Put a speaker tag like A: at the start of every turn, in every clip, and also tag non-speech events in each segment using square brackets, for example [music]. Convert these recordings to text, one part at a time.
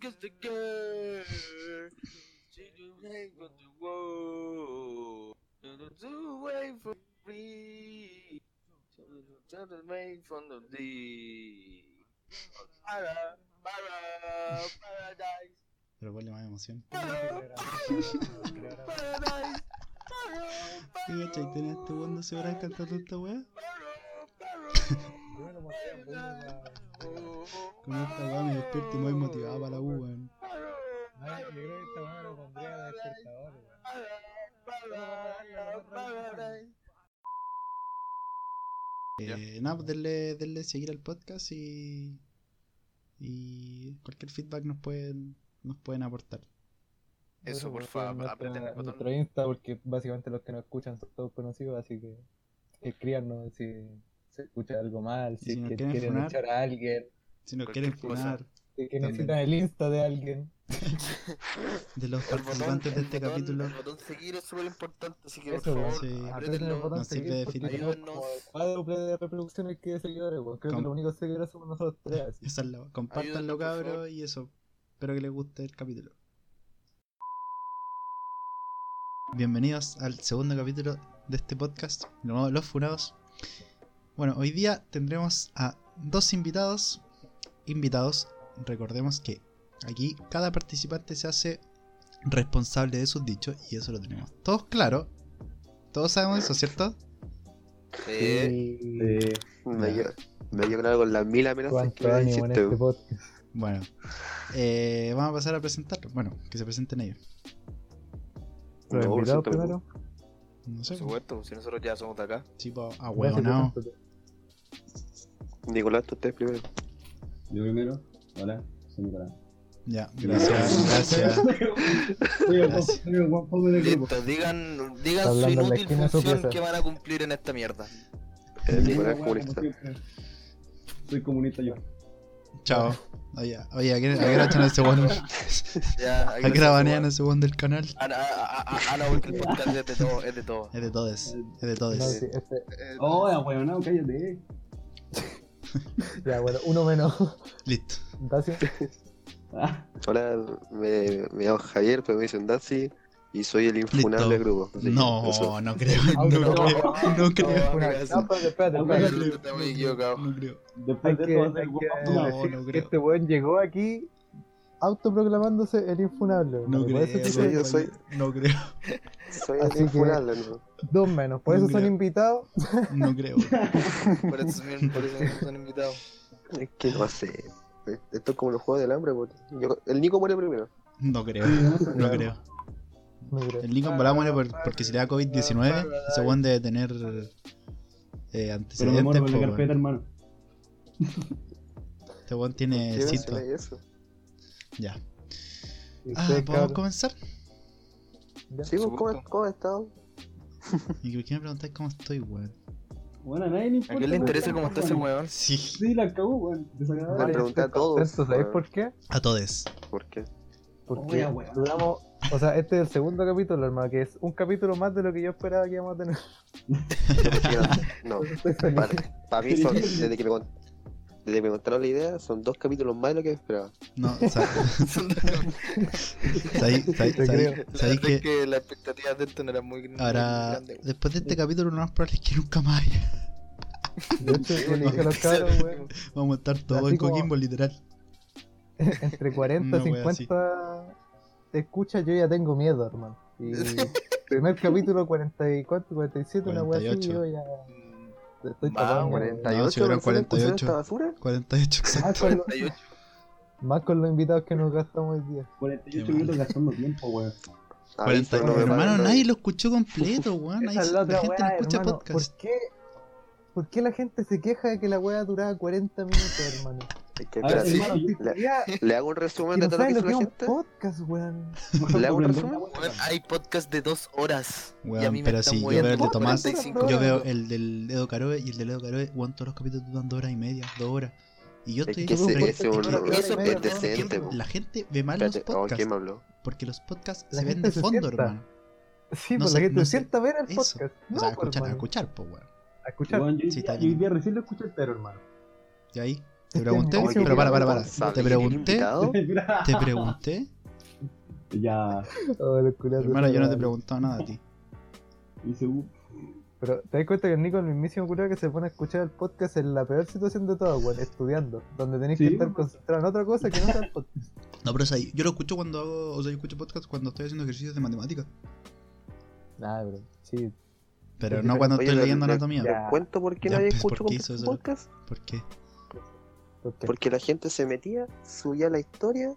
A: kiss the girl. She don't hang on the wall. Don't do away for free. Don't make fun of thee. Para, para, paradise.
B: Pero ponle más emoción.
A: Para, para, paradise.
B: ¿Qué
A: Para,
B: cachai? ¿Tenés este weón 12 horas cantando esta weá?
A: para,
C: Yo me lo mostré, pues, la-
A: para.
B: [laughs] Con esta weá me despierto y me voy motivado para la U, weón.
C: Ah, yo creo que esta weá me lo pondría en el despertador, weón.
B: Eh, nada, pues denle, denle seguir al podcast y. Y cualquier feedback nos pueden, nos pueden aportar.
D: Eso, por
C: Bueno, pues,
D: favor,
C: nuestra-
D: aprieten el botón.
C: Nuestro Insta, porque básicamente los que nos escuchan son todos conocidos, así que escríbanos si se escucha algo mal,
B: Y
C: si,
B: si nos
C: es que
B: quieren
C: quieren
B: funar.
C: echar a alguien,
B: Si nos
D: Cualquier
B: quieren
D: cosa.
B: funar
C: si es que
B: También.
C: necesitan el Insta de alguien.
B: de los participantes de este capítulo,
A: El botón seguir es súper importante, así que
C: Eso,
A: por favor,
B: sí.
C: Aprieten el
A: apriétenlo.
C: botón
B: Nos sirve
C: seguir,
B: de
C: porque
B: filtro.
C: tenemos como el cuádruple de reproducciones que de seguidores, weón. Creo
B: Com-
C: que los únicos seguidores somos nosotros tres, así.
B: esa es la- compártanlo
A: Ayúdenlo, por
B: cabros
A: favor.
B: y eso. Espero que les guste el capítulo. Bienvenidos al segundo capítulo de este podcast, llamado Los Funados. Bueno, hoy día tendremos a dos invitados. Invitados, recordemos que aquí cada participante se hace responsable de sus dichos y eso lo tenemos todos claro. Todos sabemos eso, ¿cierto?
A: Eh,
E: Me dio, me dio claro con las mil amenazas
C: Cuánto
E: que me
C: ánimo en
E: hiciste.
C: este podcast.
B: Bueno, eh, vamos a pasar a presentarlos. Bueno, que se presenten ellos.
C: Los
E: No, por
C: invitados
E: cierto,
C: primero.
B: No sé,
A: por supuesto, si nosotros ya somos de acá.
B: tipo, ah,
C: Gracias,
B: no.
C: preséntate.
E: Nicolás, tú estés primero.
F: Yo primero, hola, soy Nicolás.
B: Ya, gracias, gracias.
F: Soy el
B: Gracias.
F: guapo- soy el guapo del grupo.
A: Listo, digan, digan
C: pues. Hablando
A: su
C: en la
A: inútil
C: esquina de su
A: función
C: pieza.
A: que van a cumplir en esta mierda.
F: Soy
E: El Nicolás
F: guapo,
E: comunista.
F: como siempre. Soy comunista yo.
B: Chao. Oye, oye, ¿a qué a qué hora echan a ese weón?
E: [laughs]
A: Ya,
B: ¿A qué hora banean a ese weón del canal?
A: Ana, a- a- a- Ana,
C: [laughs]
A: porque el podcast es de todo, es de todo.
B: Es de todes, es de
C: No,
B: todes.
C: sí, este-
A: Eh,
F: Hola, weón, no, cállate.
C: Ya, bueno, uno menos. [laughs]
B: Listo.
C: Dacio,
F: Ah,
E: Hola, me, me llamo Javier, pero me dicen Dazi y soy el
B: Listo.
E: infunable del grupo. Así que eso.
B: No, no creo, no
C: Auto-
B: creo, no creo.
C: una-
A: gracias.
C: No, pero espérate,
B: No
C: espérate.
B: creo,
A: Yo también equivocado.
B: no creo.
F: Después
C: Hay
F: de este
C: que,
F: esto va a ser
C: hay
F: el guapo.
C: que
B: No,
C: decir
B: no
C: que
B: creo.
C: este weón llegó aquí autoproclamándose el infunable.
B: No
C: weón. Por
B: creo,
C: eso te-
E: soy- yo soy-
B: no creo,
E: Soy
C: Así
E: el
C: que-
E: infunable, ¿no?
C: Dos menos, por
B: No
C: eso son
B: creo.
C: invitados.
B: no creo.
A: Por eso, mismo- por eso mismo son invitados.
E: Es que no sé. Esto es como los juegos del hambre. porque yo- el Nico muere primero.
B: No creo, no creo.
C: No creo.
B: El Lincoln Balá muere por- porque si le da COVID-19, ese weón debe tener eh,
F: Pero me
B: antecedentes.
F: muero
B: po,
F: con la
B: weón.
F: carpeta, hermano.
B: Este weón
E: ¿Por
B: tiene
E: qué
B: cito.
E: mencionáis eso?
B: Ya.
C: Y
B: Ah,
C: ustedes,
B: ¿podemos
C: cabros,
B: comenzar?
C: ya.
E: Sí, pues, ¿cómo,
A: Supuesto.
E: ¿cómo has estado?
B: ¿Y por qué me preguntáis cómo estoy, weón?
F: Bueno, a nadie le importa.
A: ¿A quién le
F: weón.
A: interesa cómo está ese weón?
B: Sí,
F: Sí, la cagó, weón.
C: Ah,
E: Le
C: yo
F: Desagradable.
E: pregunté
C: estoy
E: a todos,
C: contento, ¿Sabéis
E: weón.
C: por qué?
B: a todos.
E: ¿Por qué? [laughs]
C: Porque
F: Wea, wea.
C: duramos. O sea, este es el segundo capítulo, hermano, que es un capítulo más de lo que yo esperaba que íbamos a tener. [laughs]
E: Yo pensé que eran- No,
C: Estoy feliz.
E: para, para mí
B: [laughs]
E: son, desde que me con- desde que me contaron la idea, son dos capítulos más de lo que esperaba.
B: No,
C: [laughs]
B: o sea,
A: Son de-
B: sabéis
C: Te creo.
A: La verdad es
B: que
A: que las expectativas de esto no eran muy muy
B: ahora,
A: grandes. güey.
B: después de este capítulo, lo más probable es que nunca más haya-
C: De hecho, yo le dije a los cabros, weón,
B: vamos a estar todos
C: Así
B: en
C: como-
B: Coquimbo, literal.
C: entre 40
B: Una
C: y
B: wea
C: 50 escuchas, yo ya tengo miedo, hermano.
E: [laughs]
C: Y primer capítulo 44, 47, una wea así,
B: 48.
C: yo ya estoy
A: Más,
C: tapado. weón.
E: 48
B: No, si hubieran
E: personas que pusieron
B: 48.
E: esta basura.
B: 48
C: Más
B: exacto.
C: con, lo-
A: 48.
C: más con los invitados que nos gastamos el día.
F: 48
B: Qué
F: minutos gastando tiempo, weón.
E: Aviso,
B: 40,
E: Ah, no me
B: hermano,
E: pagan,
B: nadie lo escuchó completo, weón. Nadie-
C: Esa es la
B: La,
C: otra
B: gente
C: wea,
B: no escucha
C: hermano.
B: podcast.
C: ¿Por qué? ¿Por qué la gente se queja de que la weá duraba 40 minutos, hermano?
E: Es que,
F: A ver,
E: espera, sí.
C: Hermano,
F: sí.
C: si sería-
E: Le hago un resumen
C: que
E: de
C: no
E: todo lo que
C: saben lo
E: hizo
C: que es un
E: la gente.
C: podcast, weón.
E: ¿Le hago un
F: Comprendo.
E: resumen?
A: Bueno, hay podcast de dos horas.
B: Weón,
A: y a mí me
B: pero
A: están
B: si yo
A: moviendo
B: veo el de Tomás,
A: 45
B: Yo veo
A: minutos.
B: el del Edo Caroe y el del Edo Caroe, weón, todos los capítulos duran dos horas y media, dos horas. Y yo
E: Es
B: estoy
E: que ese, ese
B: es
E: un-
B: que
C: Pero-
E: es
A: Eso-
E: es decente. po.
B: la gente ve mal los
E: Espérate, oh,
B: podcasts
E: ¿quién me habló?
B: porque los podcasts
C: La
B: se ven
C: gente
B: de
C: se
B: fondo,
C: sienta.
B: hermano.
C: Sí,
B: No
C: pues
B: sé-
C: la gente
B: no sé.
C: sienta ver el
B: Eso.
C: podcast.
B: O
C: No,
B: sea, a
C: pues,
B: escuchar, a
C: hermano.
B: escuchar, po, weón.
C: A escuchar.
F: Weón, yo
B: Sí,
F: hoy día-
B: está
F: yo hoy
B: bien.
F: día recién lo escuché entero, hermano.
B: Y ahí, Te pregunté,
E: Oye,
B: pero para, para, para.
E: Gonzalo,
B: Te
E: ¿y tiene
B: pregunté,
E: invitado?
B: te pregunté.
F: [laughs] ya.
C: Oh, los culiados
B: Hermano, yo no te he
C: sabrán.
B: preguntado nada a ti.
F: Y se-
C: Pero te das cuenta que el Nico es el mismísimo culiado que se pone a escuchar el podcast en la peor situación de todas, weón, estudiando. Donde tenés
F: Sí,
C: que estar
F: weón.
C: concentrado en otra cosa que no sea el
B: [laughs]
C: podcast.
B: No, pero es ahí. Yo lo escucho cuando hago, o sea, yo escucho podcast cuando estoy haciendo ejercicios de matemáticas.
C: Nah, bro. Sí.
B: Pero no cuando
E: Oye,
B: estoy
E: le-
B: leyendo
E: le- le
B: anatomía.
E: cuento por qué
B: Ya,
E: nadie
B: pues,
E: escuchó
B: ¿por qué hizo
E: completo
B: eso? [laughs]
E: podcast?
B: ¿Por qué?
C: Porque,
E: Porque la gente se metía, subía la
B: [laughs]
E: historia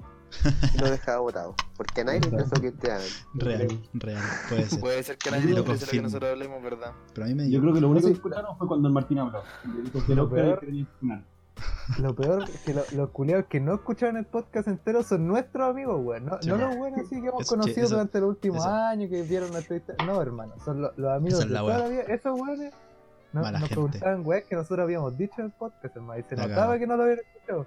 E: y lo dejaba votado. Porque a nadie le interesó que te hagan.
B: Real, real, puede
A: [laughs]
B: ser.
A: Puede ser que a nadie
F: Lo
A: le interese lo que
B: confirmo.
A: nosotros hablemos, ¿verdad?
B: Pero a mí me
F: Yo
B: dio.
F: creo que lo único
C: Sí.
F: que escucharon fue cuando el Martín habló. Le dijo que
C: Lo
F: Oscar
C: peor-
F: que tenía que ganar.
C: lo peor es que lo- los culiados que no escucharon el podcast entero son nuestros amigos, weón. No,
B: Sí,
C: no
B: weón.
C: los buenos así que hemos
B: Eso- sí,
C: conocido
B: eso-
C: durante los últimos
B: eso.
C: años, que vieron la entrevista. No, hermano, son lo- los amigos
B: Esa es
C: de
B: la
C: toda
B: weá.
C: la vida. Esos weones no,
B: Mala
C: nos
B: gente.
C: preguntaban, weón, que nosotros habíamos dicho en el podcast, hermano. Y se
B: La
C: notaba
B: cago.
C: que no lo habían escuchado.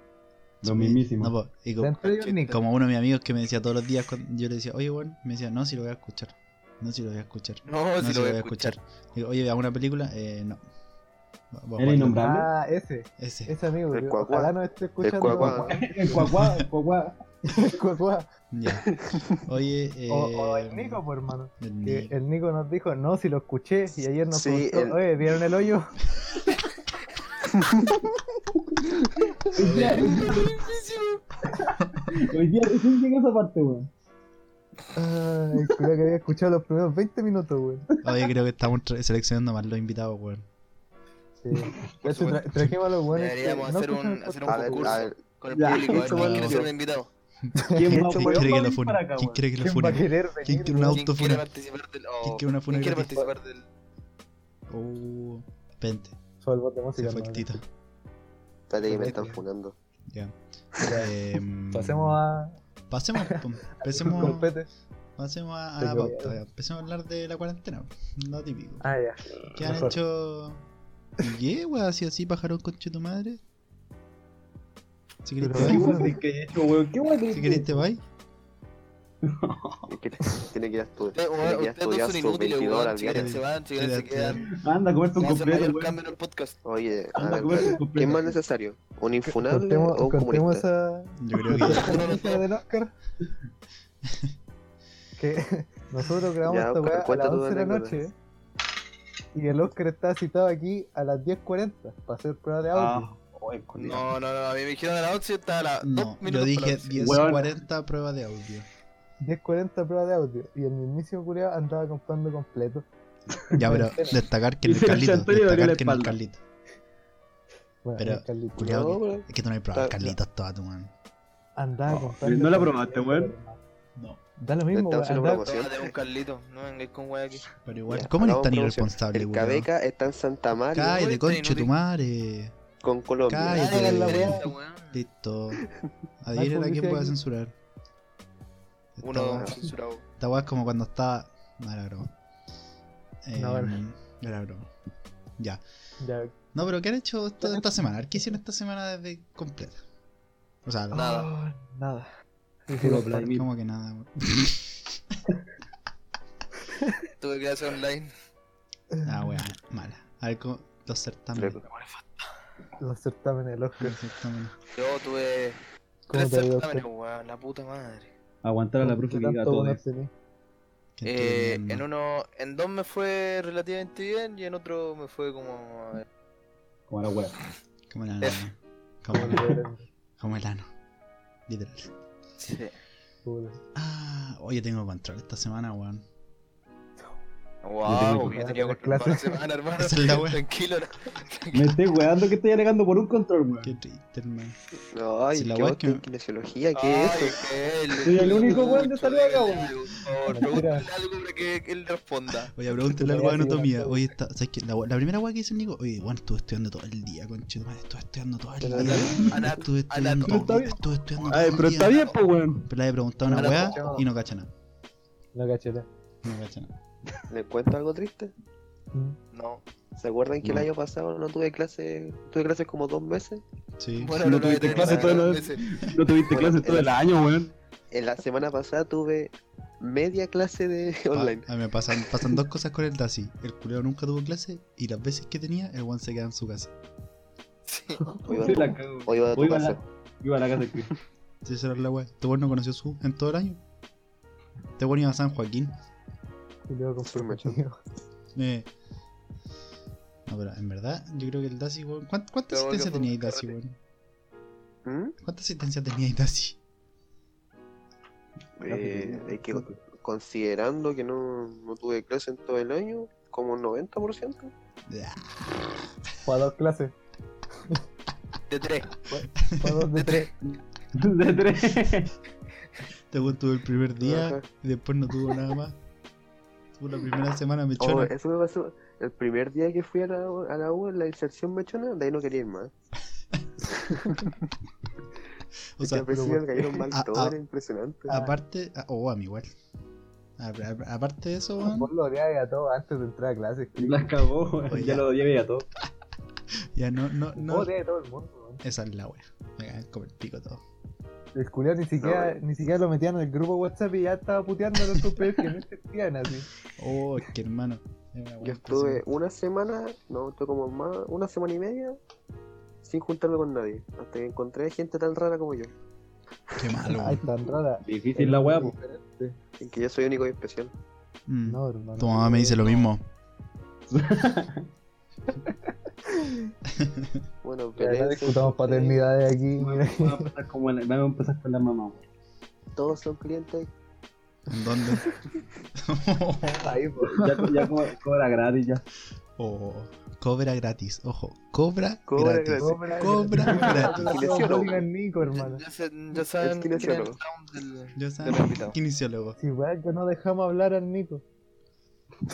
F: Lo mismísimo.
B: No, po, y como,
C: Dentro de ellos, Nico.
B: como uno de mis amigos que me decía todos los días, cuando- yo le decía, oye, weón, me decía, no, si lo voy a escuchar. No, si lo voy a escuchar.
A: No,
B: No,
A: si lo voy a escuchar.
B: Digo, oye, ¿veamos una película? Eh, no. Va- va-
F: Era
B: guarda-
F: innombrable.
C: Ah, ese,
B: Ese.
C: ese amigo.
E: El
C: que
E: cuacuá.
C: Ojalá no esté
E: El
C: escuchando.
E: cuacuá.
F: El cuacuá, el cuacuá.
C: El cuacuá.
B: Ya. Oye, eh.
C: O, o eh, el Nico, por hermano.
B: el
C: Que
B: Nico.
C: el Nico nos dijo, no, si lo escuché. Y ayer nos
E: Sí,
C: preguntó,
E: el-
C: oye, ¿vieron el hoyo?
F: Hoy día, hoy día recién llega esa parte, weón.
C: Ay, culiao, que había escuchado los primeros 20 minutos, güey.
B: Oye, creo que estamos tra- seleccionando mal los invitados, weón.
C: Sí. Por
A: supuesto.
C: tra- trajimos a los güeyes.
A: Deberíamos hacer un- hacer un
E: A ver, a
A: concurso.
E: ver.
A: Con el
F: Ya,
A: público, a ver
B: eso
A: quién
B: va
A: quiere
B: a
A: ser
B: ser.
A: un invitado.
F: ¿Quién
E: Esto
B: ¿Quién
E: weón,
B: cree que
F: va a
B: lo
F: venir
B: funen?
F: para acá,
B: ¿Quién
F: weón?
B: cree que lo
C: ¿Quién va a
B: funen?
C: querer
B: ¿Quién
C: venir?
B: quiere una
C: güey?
A: ¿Quién quiere
B: autofuna?
A: participar del.? oh,
B: ¿Quién quiere una funa
A: ¿Quién quiere
B: gratis?
A: participar del.?
B: Uh, vente,
C: Sube el bot de música,
B: se fue el
C: hermano.
B: Tito.
E: Espérate que me están funando.
B: Ya. Em,
C: Pasemos a...
B: Pasemos, po. empecemos,
C: Compete.
B: pasemos a, a
C: Tengo
B: la pauta.
C: miedo.
B: ya. Empecemos a hablar de la cuarentena, lo típico.
C: Ah, ya.
B: ¿Qué han
C: mejor.
B: hecho? ¿Y qué, wea? Así, así, pajarón conche tu madre. Si querés,
C: Pero-
B: te
F: ¿Qué
B: vais.
F: weón que haya hecho, weón? ¿Qué weón
B: Si querés, te vais.
E: Es que Tiene que ir
A: Ustedes
E: a estudiar. Tiene que ir a
A: ustedes
E: estudiar
A: dos son
E: sus
A: inútiles,
E: 22
A: weón.
E: horas
A: Si quieren
E: diarias.
A: se van, si quieren se quedan.
F: Anda a comerte un
A: Vamos a hacer
F: completo,
A: mayor
F: weón.
A: cambio en el podcast.
E: Oye, a
F: Anda a
E: ver,
F: comerte un
E: ¿qué es
F: completo.
E: más necesario? ¿Un infunable
C: Contemos,
E: o un
C: contemos
E: comunista?
C: esa...
B: Yo creo
A: [laughs]
B: que.
C: esa del Oscar. que [laughs] nosotros grabamos
E: Ya,
C: esta
E: Oscar,
C: weá a
E: cuenta
C: las
E: tu
C: 11 de la
E: anécdota.
C: noche. Y el Oscar está citado aquí a las 10.40 para hacer prueba de audio.
F: Ah, oye, con la-
A: No, no, no, a mí me dijeron a las 11 y estaba a las
B: No,
A: dos
B: yo
A: minutos para
B: dije
A: las 11.
B: 10.40 prueba de audio.
C: 10.40 prueba de audio y el mismísimo culiao andaba comprando completo.
B: Ya,
F: [laughs]
B: pero destacar que en el
F: Dice el
B: Carlito.
F: Chantorio le dolió la
B: Destacar que en el
F: espalda.
B: Carlito.
C: Bueno,
B: Pero,
C: el Carlitos.
B: Culeado
E: No,
B: que-
E: pero-
B: Es que tú no hay probado el
E: Está-
B: Carlitos toda tu mano.
C: andaba
F: No,
C: comprando.
F: no la
C: completo,
F: probaste, weón.
B: No.
C: Da lo mismo,
E: Estaba
C: weón.
E: haciendo
C: andaba-
E: promoción.
A: Tómate un Carlito, no vengáis con wea aquí.
B: Pero igual,
E: Ya,
B: ¿cómo eres
E: hagamos
B: tan
E: promoción.
B: irresponsable,
E: El
B: weón?
E: Cabeca está en Santa María
A: Cállate,
B: Cállate,
A: Oye,
B: concho tu
A: inútil.
B: madre.
E: con Colombia.
B: Cállate.
A: Nadie
C: la
A: hace
C: wea.
A: esa, weón. [laughs]
B: Listo. Adivinen a quién voy
C: publicidad
B: a
C: aquí.
B: censurar. Esta
A: Uno
B: weá-
A: censurado.
B: esta weá es como cuando estaba. No era broma. Eh,
C: No, era-
B: era broma. Ya.
C: Ya,
B: No, pero ¿qué han hecho esta, esta semana? A ver, ¿Qué hicieron esta semana desde completa? O sea,
A: No. Nada.
C: oh, nada. Sí, sí,
F: Puro
C: compadre. [laughs]
F: Vladimir.
B: como que nada, weón.
A: Tuve que hacer online.
B: Ah, weón, mala. A ver, ¿cómo- los certámenes.
E: Pero-
C: Los certámenes, los
B: Los certámenes.
A: Yo tuve
C: ¿Cómo
A: tres
C: te ha ido,
A: certámenes, weón, la puta madre.
F: Aguantar a la profe que diga todo.
C: eso.
B: Que
A: Eh,
B: estuvieron,
A: en
B: ¿no?
A: uno, en dos me fue relativamente bien y en otro me fue como... eh,
F: Como la weá.
B: Como el ano.
A: F.
B: ¿no? Como, como el ano. Literal.
A: sí.
B: Ah, oye, tengo control esta semana, weón.
A: Wow,
C: que
A: yo
C: pagar
A: tenía control
C: las
A: para la
C: clases.
A: semana, hermano.
B: Esa
A: [laughs]
B: es la wea.
A: Tranquilo.
F: Me estoy weando que estoy agregando por un control,
B: Qué
F: weón.
B: triste, hermano.
E: No, ay,
B: Si la
E: qué
B: weá
E: vos
B: que-
E: tenés kinesiología, ¿qué es eso?
A: Soy
F: Soy el único weón de salud acá, weón.
A: Pregúntale algo para que él responda.
B: Oye, pregúntale
C: Te
B: algo de
C: voy a decir
B: anatomía.
C: una
B: Oye, está, ¿sabes qué? La, la primera weá que hizo el Nico, oye, weón, estuve estudiando todo el día, conchetumare, estuve estudiando todo el
E: Pero
B: [laughs] día.
A: anat-
B: Estuve estudiando,
A: anatomía.
B: todo el día, estuve estudiando todo
F: Ay,
B: el
F: Ah, pero
B: día.
F: está bien, pues, weón.
B: Pero le he preguntado una
A: Anatomía.
B: weá y no cacha nada.
C: No cachela.
B: No cacha nada.
E: ¿Les cuento algo triste?
F: Mm.
A: No.
E: ¿Se acuerdan que
B: No.
E: el año pasado no tuve clases? Tuve clases como dos meses.
B: Sí.
A: Bueno,
F: No
A: no lo voy
F: tuviste
A: a tener
F: clase
A: que
F: todo
A: hacer
F: el-
A: dos veces.
F: No tuviste
E: Bueno,
F: clases todo el año, weón.
E: En la semana pasada tuve media clase de [laughs] online.
B: A mí Ah, me pasan, pasan dos cosas con el Daci. El culero nunca tuvo clase y las veces que tenía, el weón se queda en su casa.
A: [laughs] Sí.
E: Hoy va,
F: Se la cago.
E: hoy va a tu
F: Hoy va
E: casa.
F: la- Iba a la casa de Chris.
B: Sí, esa era la wea. Este weón no conoció su en todo el año. Este weón iba a San Joaquín.
C: Y luego compré un
E: Supermercado.
C: cuchillo.
B: Eh. No, pero en verdad, yo creo que el Daci, weón. ¿Cuánta, cuánta
A: Pero bueno,
B: asistencia
A: fue
B: tenía
A: un
B: el Daci,
A: carrete.
B: weón?
E: ¿Mm?
B: ¿Cuánta asistencia tenía el Daci?
E: Eh, hay que, considerando que no, no tuve clase en todo el año, como un 90%.
B: Ah,
C: Fue a dos clases.
A: De tres.
C: Fue a dos de tres.
F: [laughs] [laughs] De tres.
B: Este weón tuvo el primer día
E: Ajá.
B: y después no tuvo nada más. Tuvo la primera semana
E: Oh,
B: mechona.
E: eso me pasó el primer día que fui a la, a la U, en la inserción mechona, de ahí no quería ir más.
B: o sea,
E: al principio me cayeron mal
B: Ah,
E: todo,
B: ah.
E: era impresionante.
B: aparte. ah, Oh, a mí igual. A- a- Aparte de eso, weón.
C: Vos lo odiabas a todos antes de entrar a clases.
F: Las cagó,
B: Oye.
F: weón. Ya lo odié a todo.
B: Ya no, no,
C: No.
B: no.
C: Odiaba a todo el mundo. weón.
B: Esa es la wea. Me cagan como el pico todo.
C: El culiao ni siquiera, ni siquiera lo metían en el grupo WhatsApp y ya estaba puteando a los compañeros que no existían así.
B: Oh, es que hermano. es una wea
E: Yo estuve
B: impresionante.
E: una semana, no, estuve como más, una semana y media sin juntarme con nadie, hasta que encontré gente tan rara como yo,
B: Qué malo,
C: Ay,
B: weón.
C: tan rara.
F: Difícil la weá, po.
E: en que yo soy único y especial.
B: Mm.
C: No, hermano.
B: Tu mamá me dice lo mismo.
E: Bueno,
C: Ya, no
E: violencia, eh,
C: discutamos
E: clientes,
C: paternidades [laughs] aquí. mira.
F: Vamos a empezar como la- vamos a empezar con la mamá. weón.
E: Todos son clientes.
B: ¿En dónde?
C: [laughs]
B: [laughs]
C: Ahí, po.
F: Ya, ya co- cobra gratis ya.
B: o Oh, cobra gratis, ojo, cobra,
E: Cobra
B: gratis.
E: gratis.
C: Cobra [laughs]
B: Cobra gratis.
E: Kinesiólogo.
C: Cobra Nico, hermano.
A: Ya, se- ya saben
E: El
A: quién es el
E: kinesiólogo.
A: sound del,
B: Yo
A: del invitado.
B: kinesiólogo.
C: Si weá que no dejamos hablar al Nico.
B: El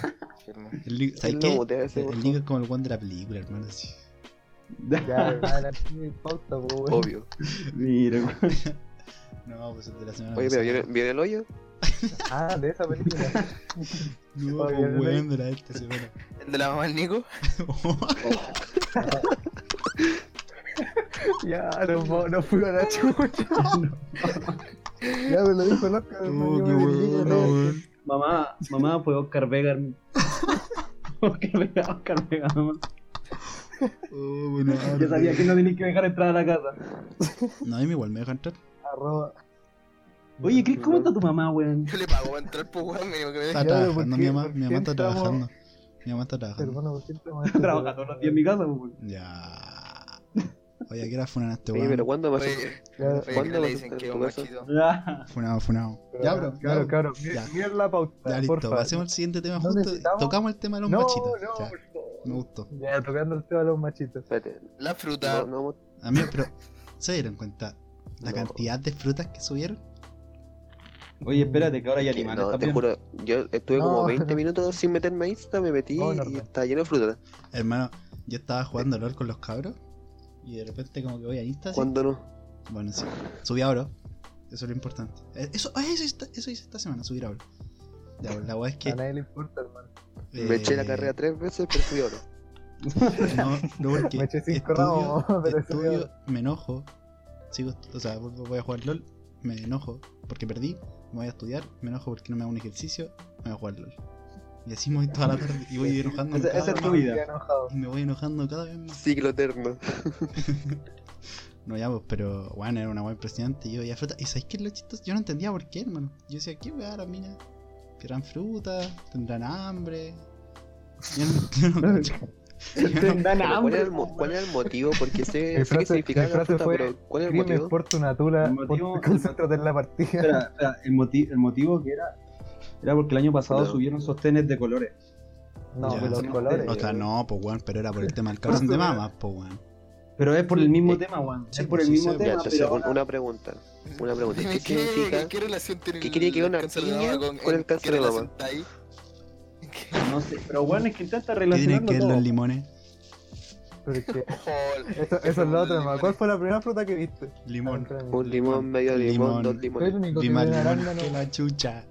C: Pues
B: Nico- ¿sabes
E: Él
B: qué?
E: no botea ese
B: El
E: botón.
B: Nico es como el guan de la película, hermano. así.
C: Ya, hermano, mi pauta, po, weón.
E: Obvio.
F: Mira, weón.
B: No, pues el de la semana
E: Oye,
B: pasada.
E: pero ¿viene, viene el hoyo?
C: Ah, de esa película.
B: No, pues,
C: Oye, viene-
B: weón, de la de esta semana. [laughs] Oh,
A: ¿El de la mamá del Nico?
C: [laughs]
A: [laughs]
C: ya, no, puedo- no fui a la chucha. ya me lo dijo el Oscar, hermano.
B: Oh,
C: yo
B: qué
C: me dirigí,
B: bueno,
C: no.
B: weón.
F: Mamá, mamá fue Oscar Vega. [laughs] hermano. Oscar Vega, Oscar Vega, mamá.
B: Oh, bueno,
C: [laughs]
F: Yo sabía que no tenía que dejar entrar a la casa.
B: No, a mí igual me deja entrar.
C: Arroba.
F: Oye, Chris, ¿cómo está tu mamá, [laughs] weón?
A: Yo le pago para entrar, pues, weón, me dijo que me
F: Ah,
B: Está
C: Ya, pero
B: trabajando,
C: ¿por
B: mi
C: qué-
B: mamá,
C: por
B: mi
C: qué
B: mamá está
C: estamos-
B: trabajando. Mi mamá está trabajando.
C: Hermano, ¿por qué estamos haciendo-
F: Trabaja todos los días en mi casa, [laughs] weón.
B: Ya. Oye, ¿a qué era funar a este
E: Oye, pero
B: weón?
E: ¿cuándo vas a
A: Oye,
C: Ya,
A: oye, que
E: ¿Cuándo
A: le
E: vas a
A: dicen
E: estar
A: que es
E: en tu
A: un
E: casa?
A: machito.
F: Ya.
B: Funado, funado. Ya, bro. ya,
C: Claro,
B: bro.
C: claro.
B: Ya.
C: Mira, mira la
B: Ya
C: pauta. por
B: listo,
C: favor.
B: pasemos al siguiente tema
C: No
B: justo.
C: necesitamos-
B: Tocamos el tema de los
C: No,
B: machitos.
C: no,
B: Ya,
C: por favor.
B: me gustó.
C: Ya, tocando el tema de los machitos.
E: Espérate,
A: La fruta.
E: no, no hemos-
B: Amigo, pero ¿se dieron cuenta la
E: No.
B: cantidad de frutas que subieron?
F: Oye, espérate, que ahora hay
E: que-
F: animales
E: no, te
F: también.
E: juro, yo estuve
C: No.
E: como 20 minutos sin meterme a Insta, me metí
C: No,
E: y
C: normal.
E: estaba lleno de frutas.
B: Hermano, yo estaba jugando LOL con los cabros y de repente como que voy a Insta. así.
E: ¿Cuándo no?
B: Bueno, sí. Subí a oro. Eso es lo importante. Eh, Eso, ah, eso, hice esta- eso hice esta semana, subir a oro. Ya, la weá es que.
C: A nadie le importa, hermano.
E: Me eché la
B: eh,
E: carrera tres veces, pero fui oro.
B: No, no, porque
C: [laughs] Me eché cinco
B: estudio,
C: ramos, [laughs] pero
B: estudio,
C: estudio.
B: me enojo, sigo, o sea, vuelvo- voy a jugar LOL, me enojo porque perdí, me voy a estudiar, me enojo porque no me hago un ejercicio, me voy a jugar LOL. Y así me voy toda la tarde y voy enojando
F: [laughs] Esa-
B: cada
F: esa es
B: vez
F: tu
B: más,
F: vida.
C: Estoy enojado.
B: y me voy enojando cada vez más.
E: [laughs] Ciclo eterno.
B: No ya, pues, pero bueno, era una buena impresionante y yo ya fruta. ¿Y sabéis qué es lo chistoso? Yo no entendía por qué, hermano. Yo decía, ¿qué weá la mina? ¿Querrán fruta? ¿Tendrán hambre? Yo no, yo
C: [laughs]
B: no cacho. Yo no-
F: Tendrán
E: Pero ¿cuál,
F: hambre,
E: era el, mo-
F: weón.
E: cuál era el motivo? Porque sé,
C: Mi
E: sé
C: frase-
E: que significaba
C: mi
E: la
C: frase
E: fruta,
C: fue,
E: pero ¿cuál era el
C: Dime
E: motivo?
C: por tu natura, [laughs]
F: El motivo-
C: por- concéntrate en la partida.
F: Espera, espera, el, moti- el motivo que era era porque el año pasado
E: No.
F: subieron sostenes de colores.
C: No,
B: Ya,
C: pues los
F: no,
C: colores.
B: O sea, no, pues weón, pero era por el tema del cabrón de mamas, pues weón.
F: Pero es por el mismo
E: Eh,
F: tema, Juan.
B: sí,
F: es por el
B: sí,
F: mismo
B: sí,
E: Ya,
F: tema,
E: entonces,
F: pero
E: un-
F: ahora-
E: una pregunta.
A: [laughs]
E: Una pregunta.
A: Dime,
E: ¿Qué significa?
A: ¿Qué relación tiene
E: ¿Qué
A: el-
E: quiere que
A: el
E: una
A: cáncer de
E: piña
A: mama con
E: con el cáncer
A: qué
E: de
A: relación
E: mama?
A: está ahí?
F: no sé. Pero Juan es que intenta
B: ¿Qué tienen
F: relacionarlo
B: que ver
F: todo.
B: los limones?
C: [laughs] Pero es que
A: Ojo,
C: eso, eso es lo otro, hermano. ¿Cuál fue la primera fruta que viste?
B: Limón.
E: Un limón, medio limón,
B: Limón.
E: dos
C: Soy el
E: limones.
C: único que
B: Lima,
C: me
B: limón,
C: arándano
B: que la chucha.